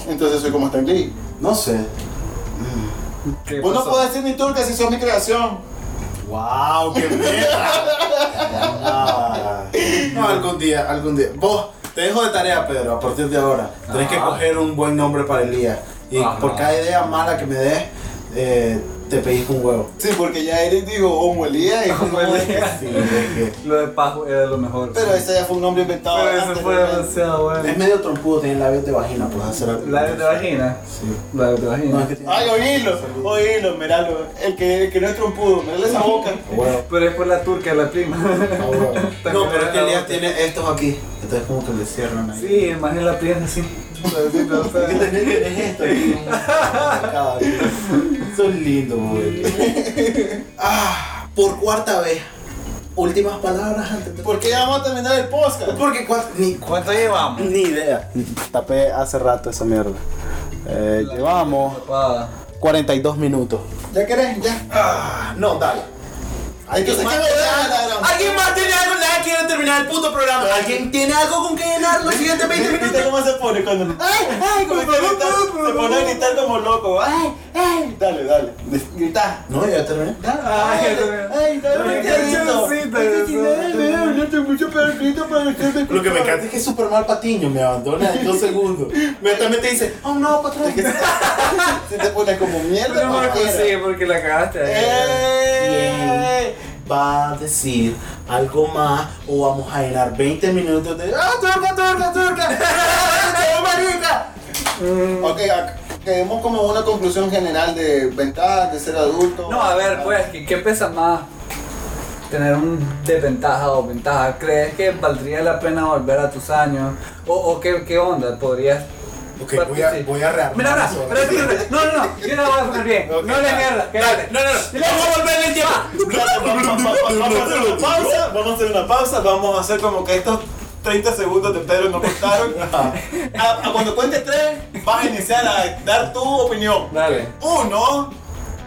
D: Entonces soy como Stan Lee.
A: No sé.
C: ¿Qué
D: Vos no
C: pasó?
D: podés decir ni turca si sos mi creación.
A: ¡Wow! ¡Qué mierda! Ah. [laughs] No, algún día, algún día. Vos, te dejo de tarea, Pedro, a partir de ahora. Tenés que
C: Ajá.
A: coger un buen nombre para el día. Y
C: Ah. Ajá.
A: por cada idea mala que me des, eh, te pedís un huevo.
D: Sí, porque ya Eric dijo Homo Elías
C: [laughs]
D: y
C: Homo
D: como de-
C: Elías.
A: Sí, es,
C: Lo de Pajo era lo mejor.
D: Pero ese ya fue un nombre inventado.
C: Pero eso
D: antes,
C: fue
D: ¿verdad?
C: demasiado
A: que- es
C: bueno.
A: medio trompudo, tiene labios de vagina, pues hacer algo.
C: ¿Labios de vagina?
A: Sí.
C: Labios de
A: No, es
C: vagina.
A: que tiene.
D: Ay, oílo, oílo, miralo. El que, el que no es trompudo, mirale esa boca.
A: Huevo.
C: Pero es por la turca, la prima. [laughs]
A: No, pero es que Elías tiene estos aquí. Entonces como que le cierran ahí.
C: Sí, más en la pierna, sí. Así, no, o
A: ¿Qué
C: sea,
A: es esto? Son lindos, güey. Ah, por cuarta vez. Últimas palabras antes de...
D: ¿Por qué ya vamos a terminar el podcast?
A: Porque cua- ni
C: ¿Cuánto llevamos?
B: Ni idea. Tapé hace rato esa mierda. Eh, llevamos
C: Tapada.
B: 42 minutos.
D: ¿Ya querés? Ya.
A: Ah, no, dale.
D: Hay que sacar
G: ¿Alguien más tiene algo? Nadie quiere terminar el puto programa. ¿Alguien tiene algo con que llenar los siguientes 20 minutos?
D: cómo se pone cuando.? ¡Ay! ¡Ay! Como que grita, se pone a gritar como loco. ¡Ay! ¡Ay! Dale, dale. Grita.
A: No, ya terminé.
C: Ay,
D: ¡Ay! Dale,
C: Ay, qué chocita, eso.
D: No te mucho para el grito para el
A: Lo que me encanta es que Superman Patiño me abandona en
G: [laughs]
A: dos segundos. Inmediatamente dice, oh no, patrón.
D: Se te pone como mierda.
C: No, Marco,
D: papera.
C: sí, porque la cagaste.
D: Eh.
A: Bien. Va a decir algo más o vamos a llenar 20 minutos de... ¡Ah, turca, turca, turca! [laughs] ¡Ah, marica!
D: Ok, ac- quedemos como una conclusión general de ventajas de ser adulto.
C: No, a ver, pues, ¿qué, qué pesa más? Tener un desventaja o ventaja. ¿Crees que valdría la pena volver a tus años? ¿O, o qué, qué onda? ¿Podrías...?
A: Ok, voy a, voy a rearmar.
C: Mira, ahora,
A: eso.
C: ahora sí, no, no, no, yo la voy a poner bien.
A: Ok,
C: no le
A: dale,
C: mierda, que
A: dale.
C: no, no, no, vamos a volver el tema.
D: Vamos a hacer una pausa, vamos a hacer una pausa, vamos a hacer como que estos 30 segundos de Pedro nos contaron. A, a cuando cuente tres, vas a iniciar a dar tu opinión.
C: Dale,
D: Uno,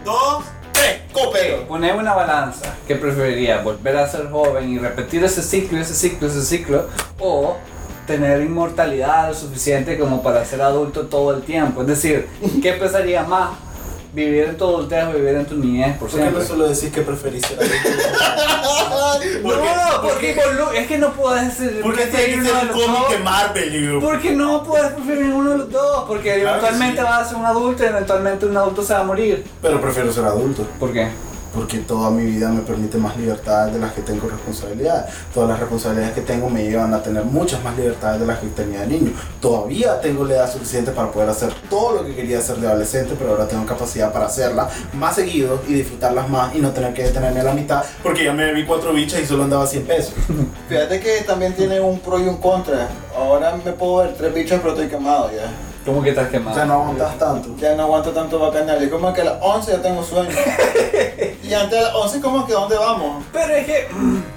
D: dos, tres, copero.
C: poné una balanza. ¿Qué preferirías? ¿Volver a ser joven y repetir ese ciclo, ese ciclo, ese ciclo? ¿O tener inmortalidad lo suficiente como para ser adulto todo el tiempo? Es decir, ¿qué pesaría más? ¿Vivir en tu adultez o vivir en tu niñez por
A: ¿Por qué no
C: siempre?
A: solo decís que preferís ser adulto?
C: No, no, porque involu- es que no puedes eh,
A: Porque este
C: preferir
A: es
C: uno de
A: el
C: los dos.
A: cómic de Marvel, digo.
C: Porque no puedes preferir uno de los dos, porque
A: Claro que
C: eventualmente
A: sí.
C: vas a ser un adulto y eventualmente un adulto se va a morir.
A: Pero prefiero ser adulto.
C: ¿Por qué?
A: Porque toda mi vida me permite más libertades de las que tengo responsabilidades. Todas las responsabilidades que tengo me llevan a tener muchas más libertades de las que tenía de niño. Todavía tengo la edad suficiente para poder hacer todo lo que quería hacer de adolescente, pero ahora tengo capacidad para hacerlas más seguido y disfrutarlas más y no tener que detenerme a la mitad porque ya me bebí cuatro bichas y solo andaba 100 pesos.
D: Fíjate que también tiene un pro y un contra. Ahora me puedo ver tres bichos pero estoy quemado ya.
C: ¿Cómo que estás
A: O
C: quemado?
A: sea, no aguantas tanto.
D: Ya no aguanto tanto bacanal. Yo como que a las 11 ya tengo sueño. y antes de las 11 como que ¿dónde vamos?
C: Pero es que.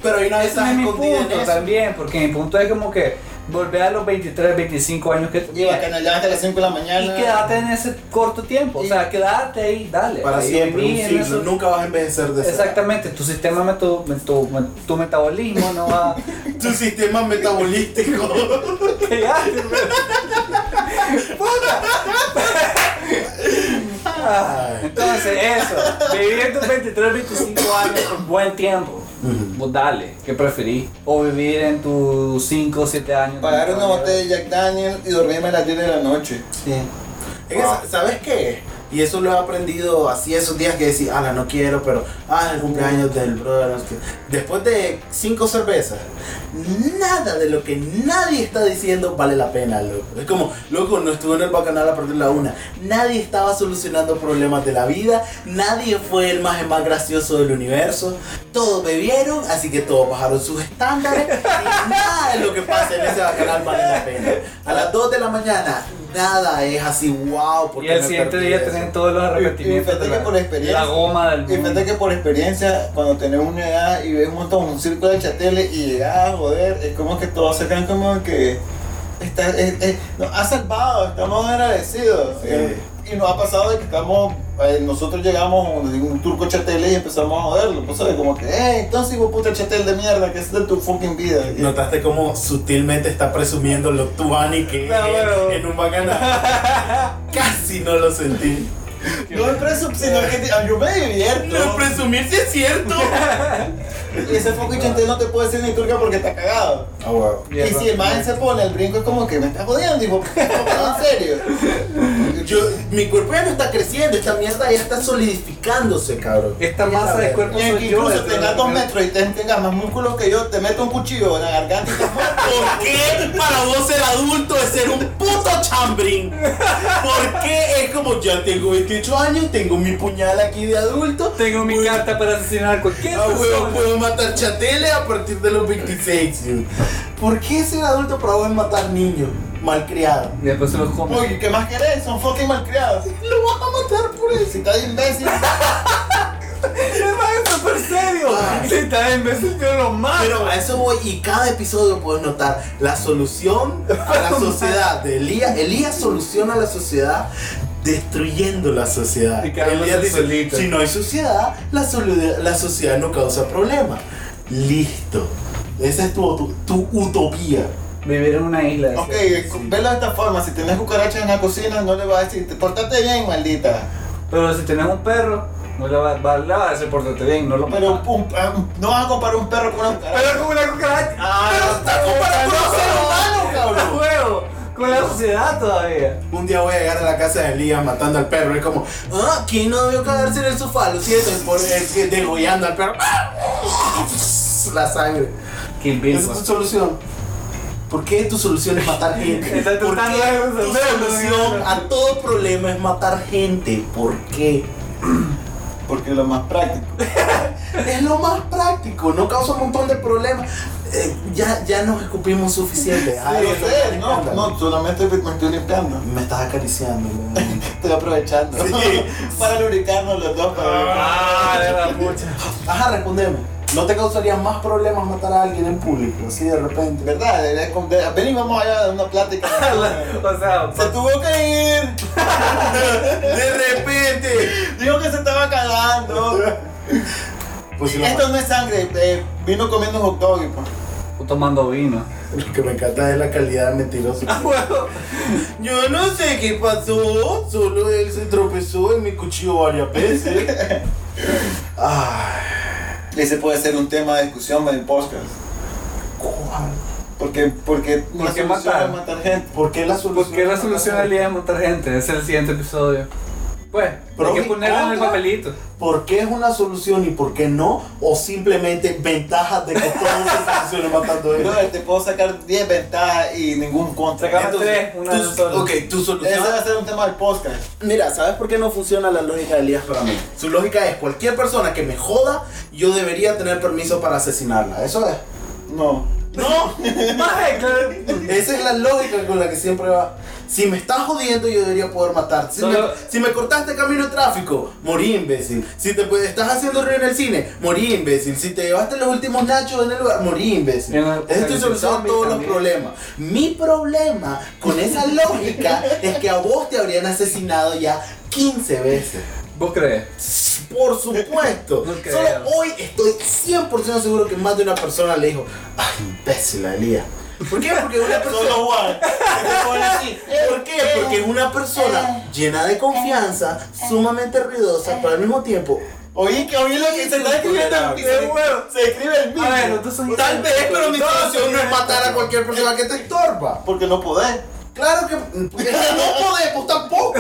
A: Pero hay una vez
C: Ese es mi
A: escondida en
C: punto
A: eso.
C: también, porque mi punto es como que volver a los 23, 25 años que
D: Y
C: tenías
D: bacanal ya hasta las 5 de la mañana.
C: y quedarte en ese corto tiempo. O sea, quedarte ahí, dale.
A: Para
C: ahí,
A: siempre,
C: ahí,
A: un
C: en
A: siglo.
C: eso.
A: Nunca vas a envejecer de esa edad.
C: Exactamente, tu sistema, meto- meto- tu metabolismo no va.
A: Tu sistema metabolístico.
C: ¿Qué haces, güey? ¡Puta! Ah, Entonces, eso, vivir tus 23, 25 años por buen tiempo. Vos dale, ¿qué preferís? O vivir en tus 5, 7 años.
D: Pagar una botella de Jack Daniel y dormirme a las 10 de la noche.
A: Es que, ¿Sabes qué? Y eso lo he aprendido así esos días que decís, ala, no quiero, pero, ah, el cumpleaños del brother. no sé qué". Después de cinco cervezas, nada de lo que nadie está diciendo vale la pena, loco. Es como, loco, no estuve en el bacanal a partir de la una. Nadie estaba solucionando problemas de la vida, nadie fue el más, el más gracioso del universo. Todos bebieron, así que todos bajaron sus estándares. y nada de lo que pasa en ese bacanal vale la pena. A las 2 de la mañana, nada es así, wow,
C: Y
A: porque
C: el siguiente día tienen todos los arrepentimientos.
D: fíjate
C: de
D: que
C: la-
D: por experiencia-
C: La goma del
D: Y
C: mundo.
D: fíjate que por experiencia, cuando tenés una edad y ves un montón, un círculo de chateles y llegas a joder, es como que todos se quedan como que. Está, es- es- nos ha salvado, estamos agradecidos.
A: Sí.
D: Eh, Y nos ha pasado de que estamos, eh, nosotros llegamos a un, un turco chateles y empezamos a joderlo. Pues ¿sabes? como que, eh, entonces hijo de puta chatel de mierda, que es de tu fucking vida. Y-
A: Notaste cómo sutilmente está presumiendo lo tuani que
C: No,
A: es
C: Ah, bueno.
A: en un
C: [laughs]
A: bacanal. Casi no lo sentí.
D: No es preso, sino que te- yo me divierto.
A: No presumir si es cierto.
D: Y ese fucking chantel no te puede decir ni turca porque está cagado.
A: Ah, wow.
D: Y si el man se pone el brinco es como que me está jodiendo, [laughs] dijo, en serio.
A: Yo, mi cuerpo ya no está creciendo, esta mierda ya está solidificándose, cabrón.
C: Esta masa de cuerpo
D: Y
C: soy
D: aunque
C: yo.
D: incluso
C: este-
D: tengas dos metros y te- tengas más músculos que yo, te meto un cuchillo en la garganta y te muerto.
A: ¿Por qué para vos ser adulto es ser un puto
F: puto chambrín.
G: ¿Por qué? Es como ya tengo 28 años, tengo mi puñal aquí de adulto.
C: Tengo mi carta para asesinar a cualquier
G: Ah, huevo,
C: persona.
G: puedo matar chateles a partir de los 26. ¿Por qué ser adulto probó en matar niños malcriados?
C: Y después se los come.
D: Oye, ¿qué más querés? Son fucking malcriados.
G: Lo vas a matar por eso.
D: Si estás imbécil.
C: Es más, es súper serio.
D: Ah.
C: Si está en vez de lo malo.
G: Pero a eso voy y cada episodio puedes notar la solución a la sociedad de Elías. Elías soluciona la sociedad destruyendo la sociedad.
C: Y quedándose
G: Elías dice,
C: solito.
G: si no hay sociedad, la, solu- la sociedad no causa problemas. Listo. Esa es tu, tu- tu utopía.
C: Vivir en una isla.
D: Ok, velo de esta forma. Si tenés cucarachas en la cocina, no le vas a decir, "Te- portate bien, maldita.
C: Pero si tenés un perro, no le va, va, le va a decir portate bien, no lo
D: Pero
C: matas.
D: un- ah, no vas a comparar un perro con una cucaracha.
C: Pero con la cucaracha.
D: Ah,
C: pero está
D: comparando
C: comparando a un
D: con-
C: ser humano, cabrón. Huevo, con la sociedad todavía.
A: Un día voy a llegar a la casa de Elías matando al perro. Es como,
G: Ah, ¿quién no debió cagarse en el sofá? Lo siento, es por es que degollando al perro. [laughs]
A: la sangre.
C: Kill Bill,
G: Esa es
C: pues.
G: tu solución. ¿Por qué tu solución es matar gente?
C: Está
G: ¿Por
C: tratando
G: qué
C: de
G: tu
C: resolverlo,
G: solución
C: mira.
G: a todo problema es matar gente? ¿Por qué?
D: Porque es lo más práctico.
G: Es lo más práctico, no causa un montón de problemas. Eh, ya, ya nos escupimos suficiente.
D: Ah,
G: Ay,
D: no
G: eso
D: sé,
G: me
D: no,
G: encanta.
D: no, solamente me estoy limpiando.
G: Me estás acariciando, weón.
D: Estoy aprovechando. [laughs] para lubricarnos los dos. Para
C: Ah, de la pucha.
G: Ajá, respondeme. ¿No te causaría más problemas matar a alguien en público? Así de repente.
D: ¿Verdad? debería con- de- Ven y vamos allá a dar una
C: [laughs]
D: plática.
C: O sea,
D: se tuvo que ir.
G: De repente.
D: Dijo que se estaba cagando.
C: [laughs]
A: Pues si lo
D: Esto no es sangre. eh, vino comiendo hot dog. y, pues.
C: tomando vino.
A: Lo que me encanta es la calidad de mentiroso.
G: Yo no sé qué pasó. Solo él se tropezó en mi cuchillo varias veces.
D: Ese puede ser un tema de discusión del podcast. Porque, porque
C: ¿Por qué
D: solución
C: matar?
D: es matar gente.
A: ¿Por qué Pues, la
C: ¿Por
A: solución?
C: qué la solución al día de matar gente? Ese es el siguiente episodio. Pues,
A: Pero
C: hay que
A: mi
C: ponerlo en el
A: contra.
C: papelito.
A: ¿Por qué es una solución y por qué no? O simplemente ventajas de que todo se solucione matando a él.
D: Brother, eh, te puedo sacar 10 ventajas y ningún contra.
C: Sacamos
D: Entonces,
C: tres, una
A: Tú- [laughs]
C: sola.
A: ok, tu
D: Ese
A: solución.
D: va a ser un tema del podcast.
A: Mira, ¿sabes por qué no funciona la lógica de Elías para mí? Su lógica es: cualquier persona que me joda, yo debería tener permiso para asesinarla. Eso es.
D: No.
A: ¡No!
C: Maje, claro.
A: Esa es la lógica con la que siempre va. Si me estás jodiendo, yo debería poder matarte. Si,
C: Solo-
A: me, si me cortaste camino de tráfico, morí imbécil. Si te pues, estás haciendo ruido en el cine, morí imbécil. Si te llevaste los últimos nachos en el lugar, morí imbécil.
C: Y en
A: Esa es
C: el
A: tu
C: apocalipsis
A: solución a
C: zombie
A: todos
C: también.
A: los problemas. Mi problema con esa
C: [laughs]
A: lógica es que a vos te habrían asesinado ya 15 veces.
C: ¿Vos crees?
A: Por supuesto.
C: [laughs] No creo.
A: Solo hoy estoy 100% seguro que más de una persona le dijo, ay, imbécil, Elías. ¿Por qué? Porque una persona...
D: Juan.
A: ¿Por qué? Porque es una persona llena de confianza, sumamente ruidosa, pero al mismo tiempo...
D: Oí que oí lo que se está escribiendo en
C: Qué bueno.
D: Se escribe el mismo.
C: A ver, nosotros somos-
A: Tal vez, pero mi solución no es matar a cualquier persona que te estorba.
D: Porque no podés.
A: Claro que... No [laughs] podemos tampoco.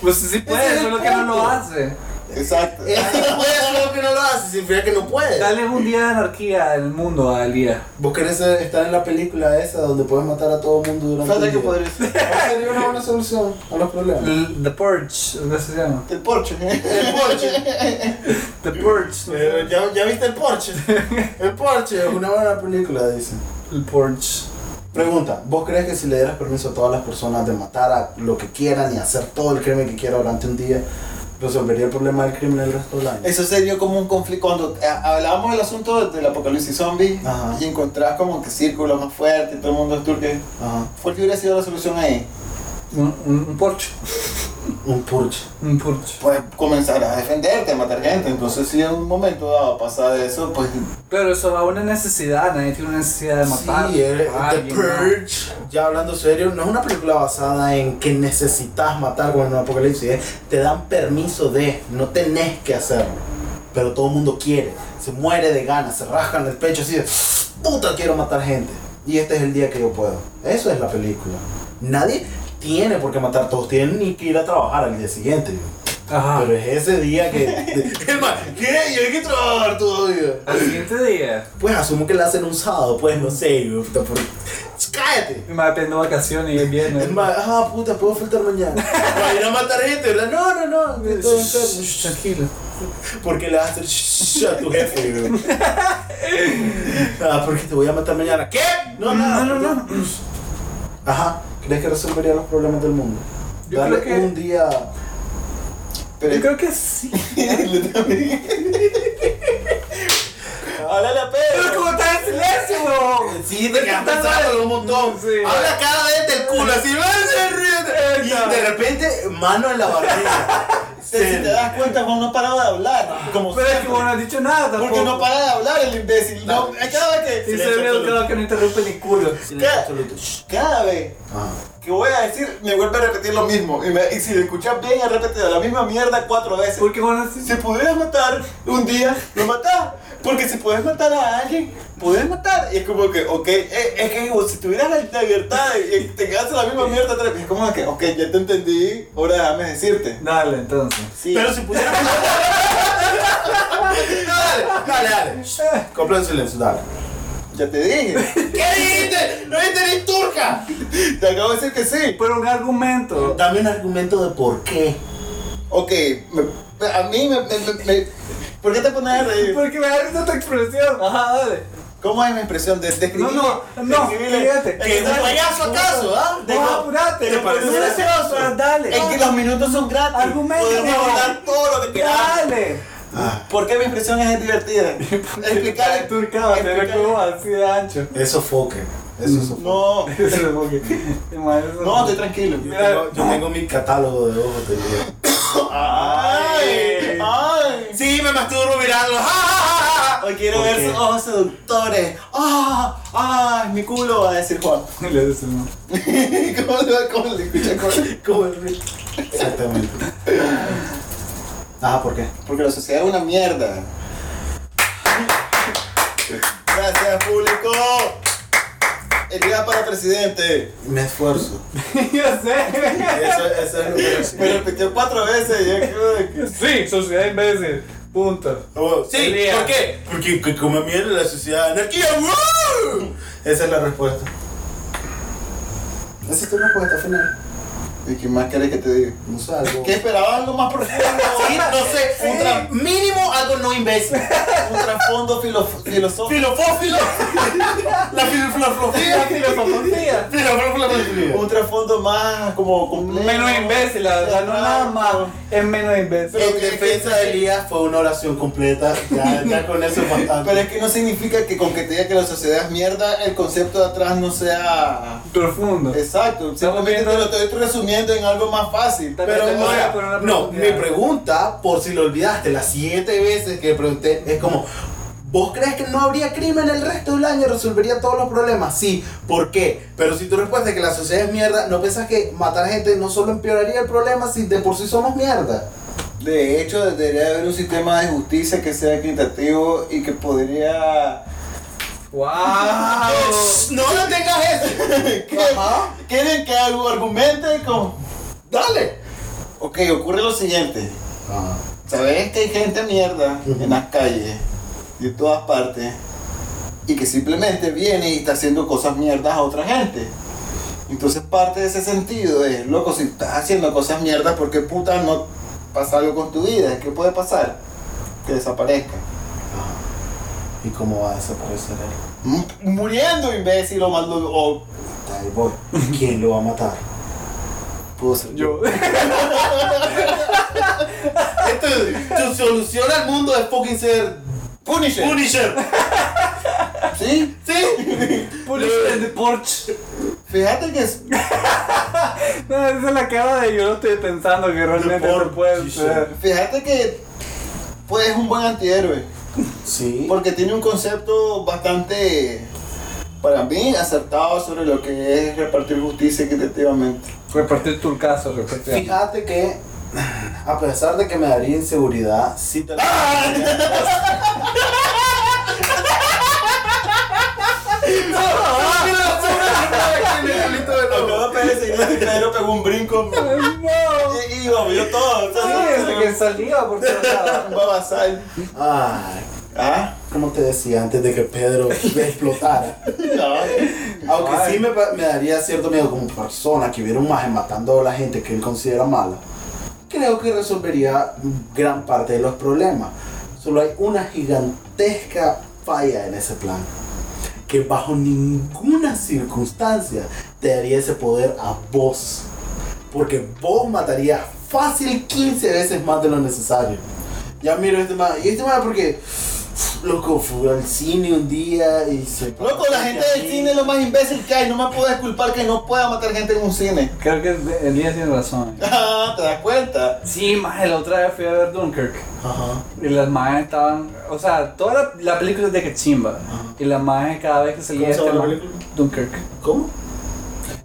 C: Pues sí
A: Ese
C: puede,
A: es el
C: solo que no lo
A: punto.
C: hace.
D: Exacto.
A: Él sí puede hacer lo que no lo hace, significa que no puede.
C: Dale un día de anarquía al mundo a Elías.
A: ¿Vos querés estar en la película esa donde puedes matar a todo el mundo durante
D: Falta
A: el
D: que
A: día?
D: podría ser.
A: Sería una buena solución a los problemas.
C: L- The Purge, ¿cómo se llama?
D: El Porsche. ¿eh?
A: El [laughs] Porsche.
C: The Purge.
A: Eh, ¿Ya, ya viste el Porsche? El Porsche es una buena película, dicen.
C: El Purge.
A: Pregunta, ¿vos crees que si le dieras permiso a todas las personas de matar a lo que quieran y hacer todo el crimen que quieran durante un día, resolvería el problema del crimen el resto del año?
D: Eso sería como un conflicto. Cuando eh, hablábamos del asunto del apocalipsis zombie
A: Ajá.
D: y encontrás como que círculos más fuertes y todo el mundo es turque,
A: Ajá.
D: ¿cuál hubiera sido la solución ahí?
C: Un, un, un Purge.
A: Un Porsche.
C: Un Purge.
D: Pues comenzar a defenderte, a matar gente. Entonces, si en un momento dado pasa de eso, pues [laughs]
C: Pero eso va a una necesidad, nadie tiene una necesidad de matar.
A: Sí, el-
C: a
A: The
C: alguien, ¿no?
A: Purge. Ya hablando serio, no es una película basada en que necesitas matar con un apocalipsis. eh. Te dan permiso de, no tenés que hacerlo. Pero todo el mundo quiere. Se muere de ganas, se rascan el pecho así de, puta, quiero matar gente. Y este es el día que yo puedo. Eso es la película. Nadie tiene por qué matar, todos tienen ni que ir a trabajar al día siguiente.
C: Ajá.
A: Pero es ese día que... [laughs] el man, ¿qué? Yo hay que trabajar todo el día.
C: Al siguiente día.
A: Pues asumo que la hacen un sábado, pues no sé, güey, puta, por- cállate.
C: Mi madre pidiendo vacaciones y él viene.
A: Es más, ah, puta, puedo faltar mañana. Para ir a matar gente, ¿verdad? No, no, no, me estoy enfermo.
C: Shh, Tranquilo.
A: ¿Por qué le vas a hacer shh a tu jefe, güey? ah, porque te voy a matar mañana. ¿Qué? No, no, no, no. Ajá, ¿crees que resolvería los problemas del mundo?
C: Yo
A: Dale
C: creo que-
A: un día.
C: Yo creo que sí.
D: Háblale a Pedro.
C: ¿Cómo estás en silencio, huevón?
A: Sí, te quedas pensando un montón.
C: Sí.
A: Habla cada vez del culo, así, va a Y de repente, mano en la barriga.
D: Si te das cuenta, Juan no paraba de hablar. Como
C: Pero es que
D: siempre.
C: vos no has dicho nada Ah, tampoco.
D: Porque no para de hablar el imbécil. No, cada vez
C: Y
D: que.
C: se ve educado que no interrumpe ni culo.
D: Cada,
A: [laughs]
D: cada vez
A: Ajá.
D: que voy a decir, me vuelve a repetir lo mismo. Y, me- y si lo escuchas bien, he repetido la misma mierda cuatro veces.
C: Porque vos no has
D: Si pudieras matar un día, lo matás. Porque si puedes matar a alguien, puedes matar. Y es como que, ok, eh, es, que como si tuvieras la libertad y te quedas en la misma mierda otra vez. Es como que, ok, ya te entendí, ahora déjame decirte.
C: Dale, entonces.
D: Sí.
G: Pero si
A: [laughs]
G: pudiéramos
A: Dale, dale, dale. Shh. Compra el silencio, dale.
D: Ya te dije.
A: ¿Qué dijiste? ¡No eres turca!
D: Te acabo de decir que sí.
C: Pero un argumento.
G: Dame un argumento de por qué.
D: Ok, me- a mí me, me- me- me- ¿Por qué te pones a reír?
C: Porque me da risa tu expresión. Ajá, dale.
D: ¿Cómo es mi expresión? De, describir-
C: No, no, no,
D: describirle-
C: fíjate.
D: Es que
G: ¿Es un payaso acaso, ah?
C: No, apurate.
G: ¿Te
C: No
G: parece
C: eres
G: gracioso?
C: gracioso, Dale.
D: Es que los minutos son
C: [laughs]
D: gratis.
C: Argumenta.
D: Podemos hablar todo lo que queramos.
C: Dale.
D: ¿Por qué mi expresión es divertida? Explicar.
C: El turca va a tener
D: explicar-
C: como así de ancho. [laughs]
A: Es sofoque. Es sofoque.
D: No,
C: Eso es como que- Te madre, eso-
D: no, estoy tranquilo.
A: Yo
C: Mira.
A: tengo, yo tengo mi catálogo de ojos también.
D: Ay, ay.
A: Sí, me masturbo mirándolo. ¡Ja, ja, ja, ja!
D: Hoy quiero
A: ¿Por
D: ver
A: qué?
D: sus ojos seductores. Este ¡Ah! ¡Ay! Mi culo va a decir Juan. [laughs]
C: Y le dices, no. [laughs]
D: ¿Cómo le va? ¿Cómo le escucha Juan?
A: Como el rey. Exactamente. Ajá, ¿por qué?
D: Porque la sociedad es una mierda. Gracias, público. El día para presidente.
A: Me esfuerzo.
C: Yo sé.
A: [laughs] Eso, eso es lo que es.
D: Me repitió cuatro veces. y yo creo que-
C: Sí, sociedad imbécil. Punto.
A: Sí, ¿por qué? Oh, Porque que come mierda la sociedad. ¡Anarquía! ¡Woo! Esa es la respuesta. Esa es tu respuesta final.
D: ¿Y qué más querés que te diga?
A: No sé, algo.
D: ¿Qué esperabas algo más profundo?
G: Sí, no sé, un tra- mínimo algo no imbécil.
D: un trasfondo filo- filosófico.
G: Filofófilo.
A: La filosofía.
C: La filosofía.
A: filosofía.
D: Un trasfondo más como complejo.
C: Menos imbécil, la verdad, no nada más. Es menos imbécil.
A: En defensa de Elías fue una oración completa. Ya, ya con eso es bastante.
D: Pero es que no significa que con que te diga que la sociedad es mierda, el concepto de atrás no sea
C: Profundo.
D: exacto. Simplemente
C: viendo-
D: te lo estoy resumiendo en algo más fácil.
C: Tal vez
A: Pero
C: te
A: no,
C: voy a
A: era-
C: poner una
A: no, mi
C: pregunta.
A: pregunta, por si lo olvidaste, las siete veces que pregunté, es como, ¿vos crees que no habría crimen el resto del año? ¿Resolvería todos los problemas? Sí, ¿por qué? Pero si tu respuesta es que la sociedad es mierda, ¿no pensás que matar gente no solo empeoraría el problema si de por sí somos mierda?
D: De hecho, debería haber un sistema de justicia que sea equitativo y que [laughs] podría...
C: ¡Wow!
A: No lo tengas eso. Ajá.
D: ¿Quieren que algo argumente? Con...
A: Dale. Ah,
D: Ok, ocurre lo siguiente. ¿Sabes que hay gente mierda en las calles y en todas partes? Y que simplemente viene y está haciendo cosas mierdas a otra gente. Entonces parte de ese sentido es, loco, si estás haciendo cosas mierdas, ¿por qué puta no pasa algo con tu vida? ¿Qué puede pasar? Que desaparezca.
A: ¿Y cómo va a desaparecer él?
D: M- muriendo, imbécil, o, mal, o
A: Ahí voy. ¿Quién lo va a matar?
D: puedo ser
C: Yo.
D: [laughs]
A: tu solución al mundo es fucking ser
D: Punisher.
A: Punisher.
D: ¿Sí?
C: Punisher en the porch.
D: Fíjate que es...
C: No, esa es la cara de yo no estoy pensando que realmente
A: The
C: se
A: porch,
C: puede
A: sí,
C: ser.
D: Fíjate que... Pues es un buen antihéroe.
A: Sí.
D: Porque tiene un concepto bastante, para mí, acertado sobre lo que es repartir justicia equitativamente.
C: Repartir tu caso, repartir.
A: Fíjate que, a pesar de que me daría inseguridad, sí te la
D: Acabo de perseguir y Este Pedro pegó un brinco
C: ¡Ay, no!
D: y, y lo vio todo. o
C: Sí,
D: sea,
C: es que salía por todos lados.
D: un babasal.
A: Ay,
D: Ah,
A: como te decía antes de que Pedro explotara,
D: ya.
A: Aunque
C: Ay.
A: sí me, pa- me daría cierto miedo como persona que viera un maje matando a la gente que él considera mala. Creo que resolvería gran parte de los problemas. Solo hay una gigantesca falla en ese plan. Que bajo ninguna circunstancia te daría ese poder a vos. Porque vos matarías fácil 15 veces más de lo necesario. Ya miro este más. Y este más porque... Loco, fue al cine un día y se...
D: Loco, la gente del cine es lo más imbécil que hay. No me puedes culpar que no pueda matar gente en un cine. [laughs]
C: Creo que Elías tiene razón.
D: Ah, ¿Te das cuenta?
C: Sí, maje, la otra vez fui a ver Dunkirk.
A: Ajá.
C: Y las majes estaban. O sea, toda la, la película es de que chimba. Y las majes cada vez que salía
A: ¿Cómo se
C: este
A: llama la
C: ma-
A: película?
C: Dunkirk.
A: ¿Cómo?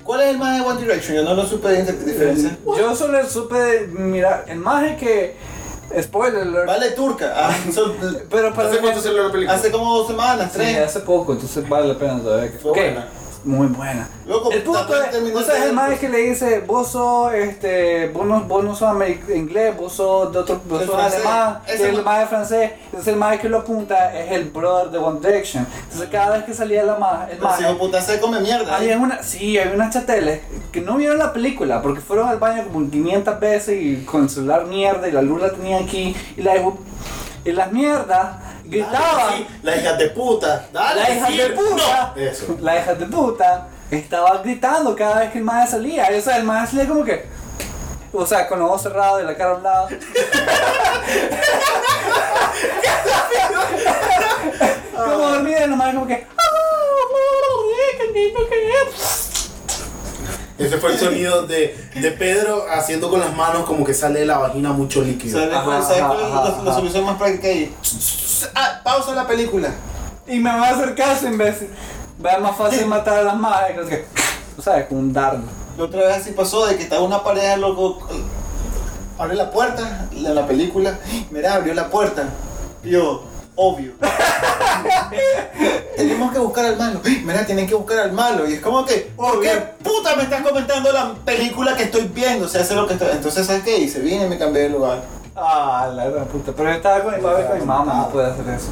D: ¿Cuál es el más de One Direction? Yo no lo supe de diferencia.
C: Yo solo supe de- Mira, el maje que. Spoiler alert.
D: Vale, turca.
C: [laughs]
D: Ah, son-
C: Pero para.
A: ¿Hace cuánto salió la película?
D: hace como dos semanas,
C: Sí,
D: tres.
C: hace poco, entonces vale la pena todavía. que-
D: Fue
C: Ok,
D: buena.
C: Muy buena.
D: Loco,
C: el punto
D: también
C: es,
D: terminó
C: pues, o sea, es
D: de-
C: el maje que le dice, vos sos, este, vos no, vos no sos ameri- inglés, vos sos de otro, vos
D: El
C: sos
D: francés.
C: alemán,
D: Ese
C: el
D: ma-
C: maje francés, entonces el maje que lo apunta es el brother de One Direction. Entonces cada vez que salía la maje, el
D: Pero si
C: maje,
D: hijo puta se come mierda. ¿eh?
C: había una, sí, había unas chateles que no vieron la película porque fueron al baño como 500 veces y con el celular mierda y la luz la tenía aquí y la y las mierdas gritaban.
G: Sí, la hija de puta. Dale,
C: La hija
G: sí,
C: de puta.
G: no.
A: Eso.
C: La hija de puta estaba gritando cada vez que el maestro salía. O sea, el maestro salía como que. O sea, con los ojos cerrados y la cara a un lado. como dormida y nomás como que. "Ah, qué lindo que es".
A: Ese fue el sonido de, de Pedro haciendo con las manos como que sale de la vagina mucho líquido.
D: ¿Sabes
C: Ajá,
D: cuál, pues, sabes cuál es
C: ajá,
D: la, la
C: ajá.
D: solución más práctica ahí? Ah, pausa la película.
C: Y me va a hacer caso, imbécil. Va a más fácil matar a las madres. como que, O sea, con un dardo.
D: La otra vez así pasó de que estaba una pareja loco. Abrió la puerta en la película. Mira, abrió la puerta. Y yo, obvio. Tenemos que buscar al malo. Mira, tienen que buscar al malo. Y es como que, ¿por qué puta me estás comentando la película que estoy viendo? O sea, sé lo que estoy. Entonces, ¿sabes qué? Y se vine y me cambié de lugar.
C: Ah, la gran puta. Pero yo estaba con mi papá y con mi mamá. No puede hacer eso.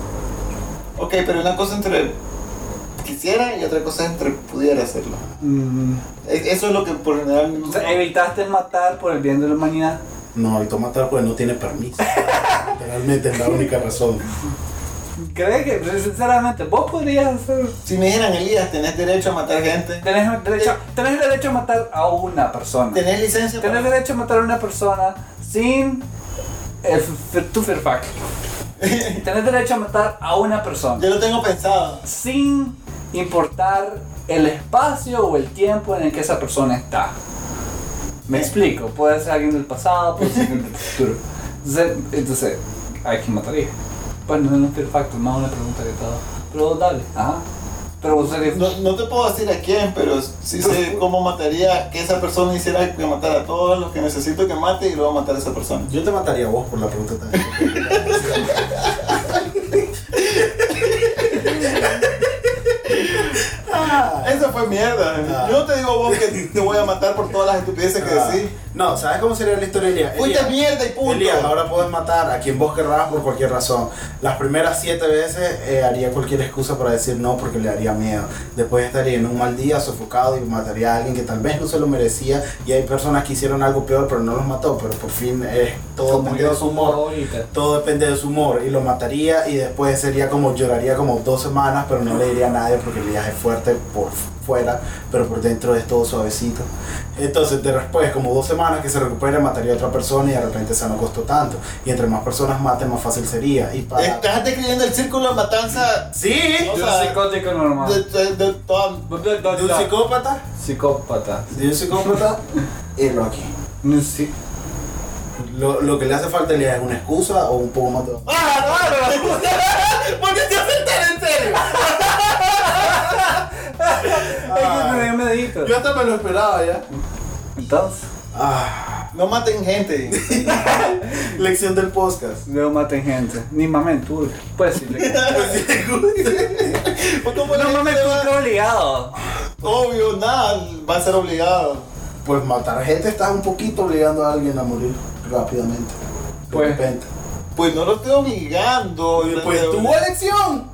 D: Ok, pero una cosa entre quisiera y otra cosa entre pudiera hacerlo.
C: Mm.
D: E- Eso es lo que por general.
C: O sea, eh, evitaste matar por el bien de la humanidad.
A: No, evitó matar porque no tiene permiso. Realmente es la única razón.
C: ¿Crees que, pues, sinceramente, vos podrías hacer...
D: Si me dijeran, Elías, tenés derecho a matar gente,
C: Tenés el derecho, tenés el derecho a matar a una persona.
D: tenés licencia para-
C: Tenés derecho a matar a una persona sin el f- f- tu fear factor. Tenés derecho a matar a una persona
D: Yo lo tengo pensado.
C: sin importar el espacio o el tiempo en el que esa persona está. Me explico, puede ser alguien del pasado, puede ser alguien del futuro. Entonces, entonces ¿a quién mataría? Bueno, no es fear factor, más una pregunta que todo. Pero vos dale, ajá. Pero vos serías...
D: No, no te puedo decir a quién, pero sí sé cómo mataría que esa persona hiciera que matara a todos los que necesito que mate y luego matar a esa persona.
A: Yo te mataría a vos por la pregunta también.
D: Eso fue mierda.
A: Ah.
D: Yo no te digo vos que te voy a matar por todas las estupideces que decís.
A: No, ¿sabes cómo sería la historia de Elías?
D: Fuiste
A: Elías,
D: mierda y punto.
A: Elías, ahora puedes matar a quien vos querrás por cualquier razón. Las primeras siete veces eh, haría cualquier excusa para decir no porque le daría miedo. Después estaría en un mal día sofocado y mataría a alguien que tal vez no se lo merecía. Y hay personas que hicieron algo peor pero no los mató. Pero por fin eh, todo
C: Como
A: perdió
C: yo
A: su humor.
C: ahorita.
A: Todo depende de su humor y lo mataría y después sería como lloraría como dos semanas pero no le diría a nadie porque el viaje es fuerte por fuera pero por dentro es todo suavecito entonces de después como dos semanas que se recupere mataría a otra persona y de repente se no costó tanto y entre más personas mate más fácil sería y para
D: Estás describiendo el círculo de matanza
A: sí
D: O
C: De un
D: sea,
C: psicótico
D: de,
C: normal.
D: de- de toda-
A: de un psicópata
C: Psicópata.
A: de un psicópata [laughs] el Rocky
C: No, sí.
A: lo, lo que le hace falta le es una excusa o un poco más de
D: ¡Ah, claro! ¿Por qué te hacen tan en serio? Ah.
C: Es que me dio medito.
A: yo hasta me lo esperaba ya
C: Entonces,
A: ah,
D: No maten gente.
A: lección del podcast
C: no maten gente. Ni mamen tú.
D: [laughs]
C: Pues sí. le-
D: Pues, ¿cómo la
C: No
D: gente
C: mamen tú,
D: va-
C: estás obligado.
D: "Ah, Obvio, nada, va a ser obligado.
A: Pues matar gente estás un poquito obligando a alguien a morir rápidamente. De
C: Pues.
A: repente.
D: Pues no lo estoy obligando.
A: Pues tu elección.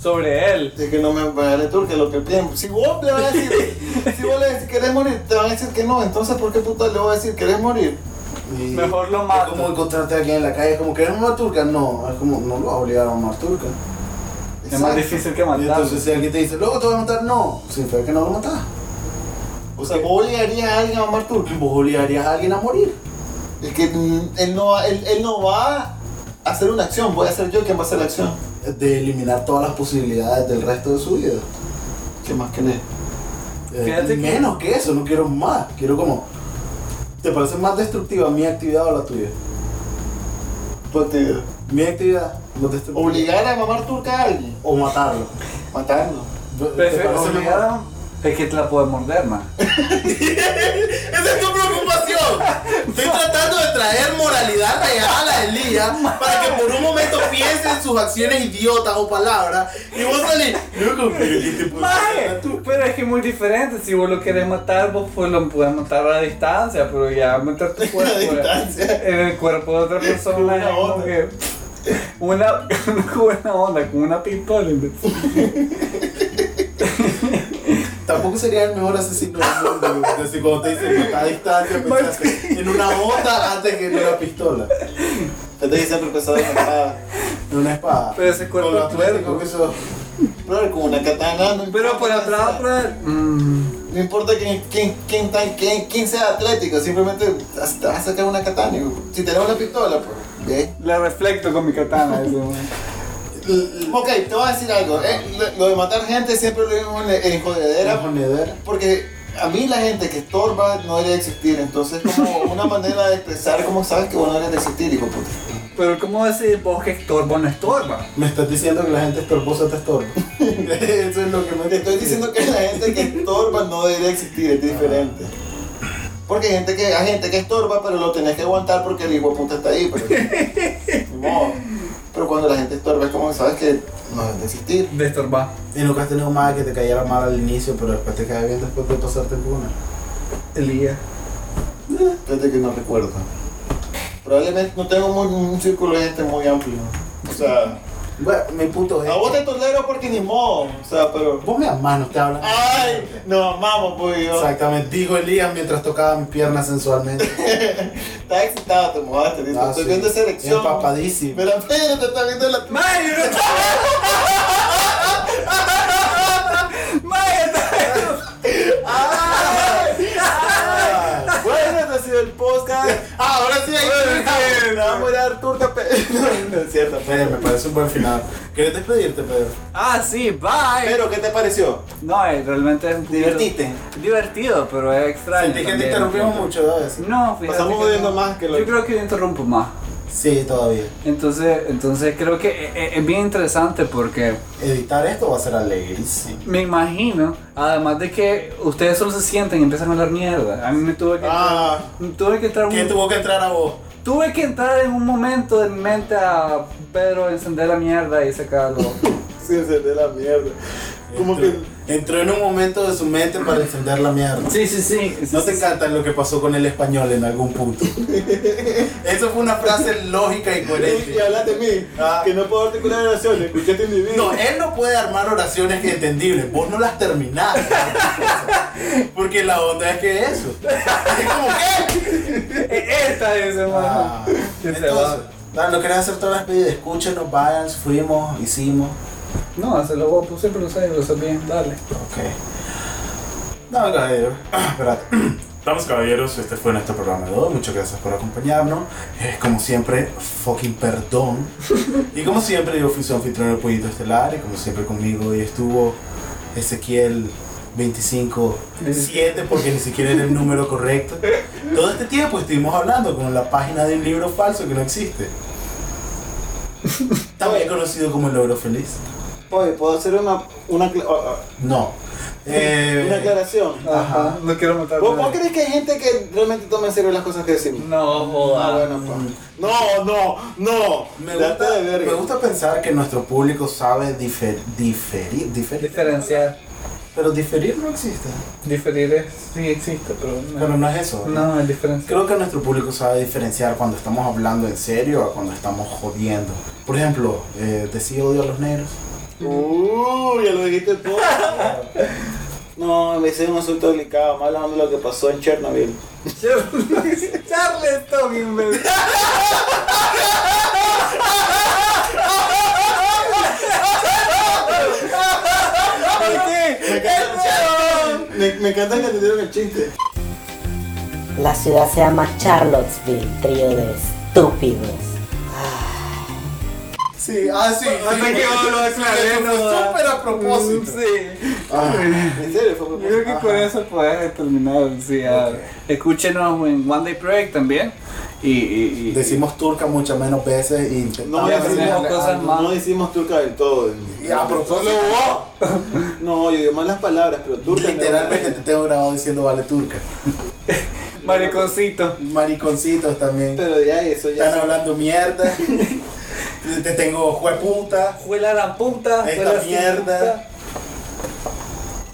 C: sobre él.
D: Así que no me pagaré tú, que lo que piden. Si vos le vas a
C: [laughs]
D: decir, si vos le decís querés morir, te van a decir que no. Entonces, ¿por qué puta le voy a decir querés morir?
A: Y
C: Mejor lo
A: es
C: mato.
A: como encontrarte a alguien en la calle, es como que una turca. No, es como no lo vas a obligar a una turca.
C: Es más
D: Exacto.
C: difícil que
A: Y
C: matar.
A: entonces si alguien te dice, luego te voy a matar, no, significa que no lo matas.
D: O sea, vos obligarías a alguien a amar turco.
A: Vos obligarías a alguien a morir.
D: Es que mm, él no, va- él, él no va a hacer una acción, voy a ser yo quien va a hacer la acción.
A: De eliminar todas las posibilidades del resto de su vida.
D: ¿Qué más querés?
A: Eh,
C: Fíjate que-
A: menos que eso, no quiero más. Quiero como. ¿Te parece más destructiva mi actividad o la tuya?
D: Pues te-
A: Mi actividad, más destructiva.
D: Obligar a mamar turca a alguien,
A: O matarlo.
D: matarlo.
A: ¿Te
C: Prefiero
A: parece mejor?
C: obligar es que te la puede morder, man.
G: Esa es tu preocupación. Estoy tratando de traer moralidad real a la Elías para que por un momento piense en sus acciones idiotas o palabras y vos salís. "Loco, pero ¿qué te puedo
C: Maje, pero es que es muy diferente. Si vos lo querés matar, vos pues lo puedes matar a distancia, pero ya meter
A: [laughs]
C: tu cuerpo en el cuerpo de otra persona es como que una, [laughs] una buena onda, como una pistola. imbécil.
A: Tampoco sería el mejor asesino del mundo. güey. Así cuando te dicen matar a distancia, pensaste en una bota antes que en una pistola.
D: Entonces siempre empezó a espada.
A: En una espada.
C: Pero ese cuerpo
A: Con lo atlético
C: tuerco.
A: que sos.
D: Pero con una katana, no
C: Pero
D: importa
C: por
D: quién
C: atrás,
D: sea.
C: por el- mm,
D: No importa quién, quién, quién, tan- quién- quién sea atlético, simplemente as- te vas a sacar una katana. y Si tenés una pistola, pues. ¿ve?
C: la reflecto con mi katana. ese, man.
D: Ok, te voy a decir algo. eh, lo- lo de matar gente siempre lo vimos en, en jodedera.
A: Era monedera.
D: Porque a mí la gente que estorba no debería existir, entonces como una [laughs] manera de expresar como sabes que vos no eres de existir, hijo puta.
C: Pero ¿cómo decís vos que estorba o no estorba?
A: Me estás diciendo que la gente estorbosa te estorba. [laughs] Eso es lo que me
D: Te estoy diciendo que la gente que estorba no debería existir, es diferente. Porque hay gente que, hay gente que estorba, pero lo tenés que aguantar porque el hijo de puta está ahí, pero... ni modo. Pero cuando la gente estorba es como sabes que no debes de existir.
C: De estorbar.
A: Y nunca has tenido más que te cayera mal al inicio, pero después te cae bien después de pasarte alguna.
C: Elías.
D: Fíjate que no recuerdo. Probablemente no tengo muy- un círculo de gente muy amplio. O sea,
A: Bueno, mi punto es.
D: a vos te tolero porque ni modo. O sea, pero...
A: Vos me amás, no te hablas.
D: Ay, nos amamos, pues yo.
A: Exactamente, dijo Elías mientras tocaba mi pierna
D: [laughs]
A: sensualmente.
D: Estás excitado, te mojaste, listo.
A: Ah,
D: Estoy
A: sí.
D: viendo selección.
A: Empapadísimo. [laughs]
D: Pero pero te está viendo la. Bueno, este ha sido
A: [laughs]
D: el podcast. Ah, ahora sí hay que [laughs] Vamos a ir a Artur Tape. [laughs] No es cierto.
A: Pedro, me parece un buen final. ¿Querés despedirte, Pedro?
C: Ah, sí, bye.
D: Pero, ¿qué te pareció?
C: No, eh, realmente es un poquito-
D: Divertiste.
C: Divertido, pero es extraño.
A: Sentí que te
C: también,
A: interrumpimos
C: ¿no?
A: mucho, ¿sabes?
C: No, fíjate
D: Pasamos
C: que
D: jodiendo
C: no.
D: más que lo-
C: Yo creo que yo interrumpo más.
A: Sí, todavía.
C: Entonces, entonces creo que e- e- es, bien interesante porque
A: Editar esto va a ser alegrísimo.
C: me imagino, además de que ustedes solo se sienten y empiezan a hablar mierda. A mí me tuve que
A: Ah.
C: entrar, tuve que entrar un-
A: ¿Quién tuvo que entrar a vos?
C: tuve que entrar en un momento de mi mente a Pedro encender la mierda y sacarlo.
D: Sí, se de la mierda. Como que.
A: Entró- Entró en un momento de su mente para encender la mierda.
C: [laughs] sí, sí, sí. sí,
A: No te
C: sí.
A: encanta lo que pasó con el español en algún punto. Eso fue una frase lógica y
D: Y
A: coherente.
D: hablas de mí,
A: Ah.
D: que no puedo articular oraciones, escuchaste mi vida.
A: No, él no puede armar oraciones que entendibles. Vos no las terminás. Porque la onda es que eso. Es como que.
C: E- [laughs] Esta es, hermano.
A: Ah,
C: Que se
A: entonces,
C: va.
A: nada, no querés hacer todas las pedidas. Escúchenos, vayan, fuimos, hicimos.
C: No, se lo voy a siempre lo sé, lo sé bien, dale.
A: Ok. No, caballero. [clears throat] Espérate. Damas y caballeros, este fue nuestro programa de hoy. Muchas gracias por acompañarnos. Eh, como siempre, fucking perdón. Y como siempre, yo fui su anfitrión del Pollito Estelar. Y como siempre, conmigo hoy estuvo Ezequiel 25 7 porque ni siquiera era el número correcto. Todo este tiempo estuvimos hablando con la página de un libro falso que no existe. También conocido como el logro feliz.
D: Oye, ¿puedo hacer una, una, acla- ah, ah,
A: No. Eh,
D: una aclaración?
C: Ajá, no quiero matar.
D: ¿Vos, vos crees que hay gente que realmente toma en serio las cosas que decimos?
C: No,
D: Ah,
C: joda.
D: bueno, pa. No, no, no.
A: mm. Me
D: Date
A: gusta,
D: de verga.
A: me gusta pensar que nuestro público sabe difer- diferir, diferir.
C: Diferenciar.
A: Pero diferir no existe.
C: Diferir es, sí existe, pero no.
A: Pero no es eso.
C: No, es [laughs] diferencia.
A: Creo que nuestro público sabe diferenciar cuando estamos hablando en serio a cuando estamos jodiendo. Por ejemplo, eh, decía odio a los negros.
B: Uh, ya lo dijiste todo. [laughs] No, me hice un asunto delicado, más hablando de lo que pasó en Chernobyl.
C: Charleston, [laughs] imbécil.
B: Me encanta, me, me encanta que te dieron el chiste.
E: La ciudad se llama Charlottesville, trío de estúpidos.
H: Sí, ah, sí.
C: Hasta que vos lo aclaré,
H: Eso fue
C: no.
H: súper a propósito.
C: Sí.
B: En serio, fue
C: Yo creo que con eso puedes terminar. Sí, ah. Escúchenos en One Day Project también. Y, y, y-
D: Decimos turca muchas menos veces y intentamos
B: No,
C: Ya
B: hicimos-
C: aprendimos cosas
B: no,
C: más.
B: hicimos turca del todo.
D: Y a propósito,
B: No, yo digo malas palabras, pero turca.
D: literalmente te tengo grabado diciendo vale turca.
C: Mariconcito.
D: Mariconcitos también.
B: Pero ya eso,
D: Están
B: ya.
D: hablando mierda. te tengo jueputa.
C: Juela la puta.
D: Esta
C: juela sin
D: mierda.
C: puta.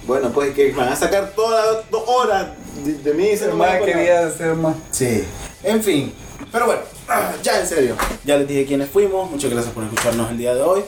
B: Bueno, pues que van a sacar todas las dos horas de, de mí.
C: Ser más quería ser más.
D: Sí. En fin. Pero bueno, ya en serio.
A: [clears throat] Ya les dije quiénes fuimos, muchas gracias por escucharnos el día de hoy.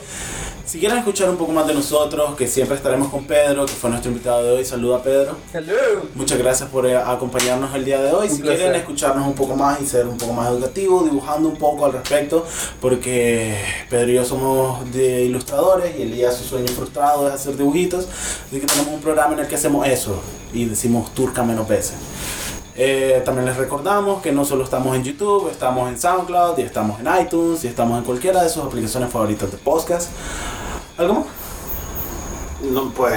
A: Si quieren escuchar un poco más de nosotros, que siempre estaremos con Pedro, que fue nuestro invitado de hoy, saluda a Pedro.
D: [laughs]
C: Hello.
A: Muchas gracias por eh, acompañarnos el día de hoy.
C: Un
A: si
C: placer.
A: quieren escucharnos un poco más y ser un poco más educativo, dibujando un poco al respecto, porque Pedro y yo somos de ilustradores y el día su sueño frustrado es hacer dibujitos. Así que tenemos un programa en el que hacemos eso y decimos turca menos veces. Eh, también les recordamos que no solo estamos en YouTube, estamos en SoundCloud y estamos en iTunes y estamos en cualquiera de sus aplicaciones favoritas de podcast. ¿Algo más?
B: No, pues.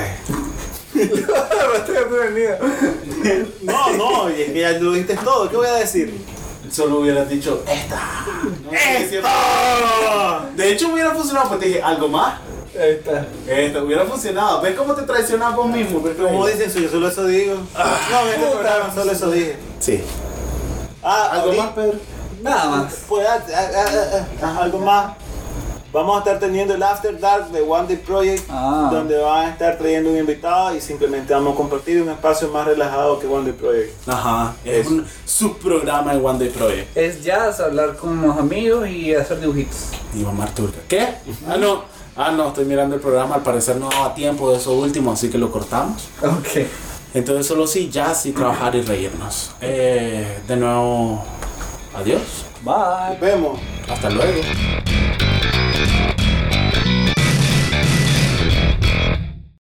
B: No, no, y es que ya lo dijiste todo. ¿Qué voy a decir?
A: Solo hubieras dicho
B: No, ¡Esto!
A: De hecho hubiera funcionado, pues te dije, ¿algo más?
C: Ahí está.
A: Esto hubiera funcionado. ¿Ves cómo te traicionas vos mismo? ¿Ves cómo
B: Como
A: dices?
B: dicen eso, yo solo eso digo.
A: Ah,
B: No, en este programa solo eso dije.
A: Sí.
B: Ah,
A: ¿Algo
B: ahorita-
A: más, Pedro?
C: Nada más.
B: Pues, ah, ah, ah, ah, ah, algo más. Vamos a estar teniendo el After Dark de One Day Project,
C: Ah.
B: donde van a estar trayendo un invitado y simplemente vamos a compartir un espacio más relajado que One Day Project.
A: Ajá. Es un subprograma de One Day eh. Project.
C: Es jazz, hablar con unos amigos y hacer dibujitos.
A: Y mamá turca. ¿Qué? Ah, no. Ah, no, estoy mirando el programa. Al parecer no daba tiempo de eso último, así que lo cortamos.
C: Ok.
A: Entonces solo sí, jazz y trabajar y reírnos. Eh, de nuevo, adiós.
C: Bye.
B: Nos vemos.
A: Hasta luego.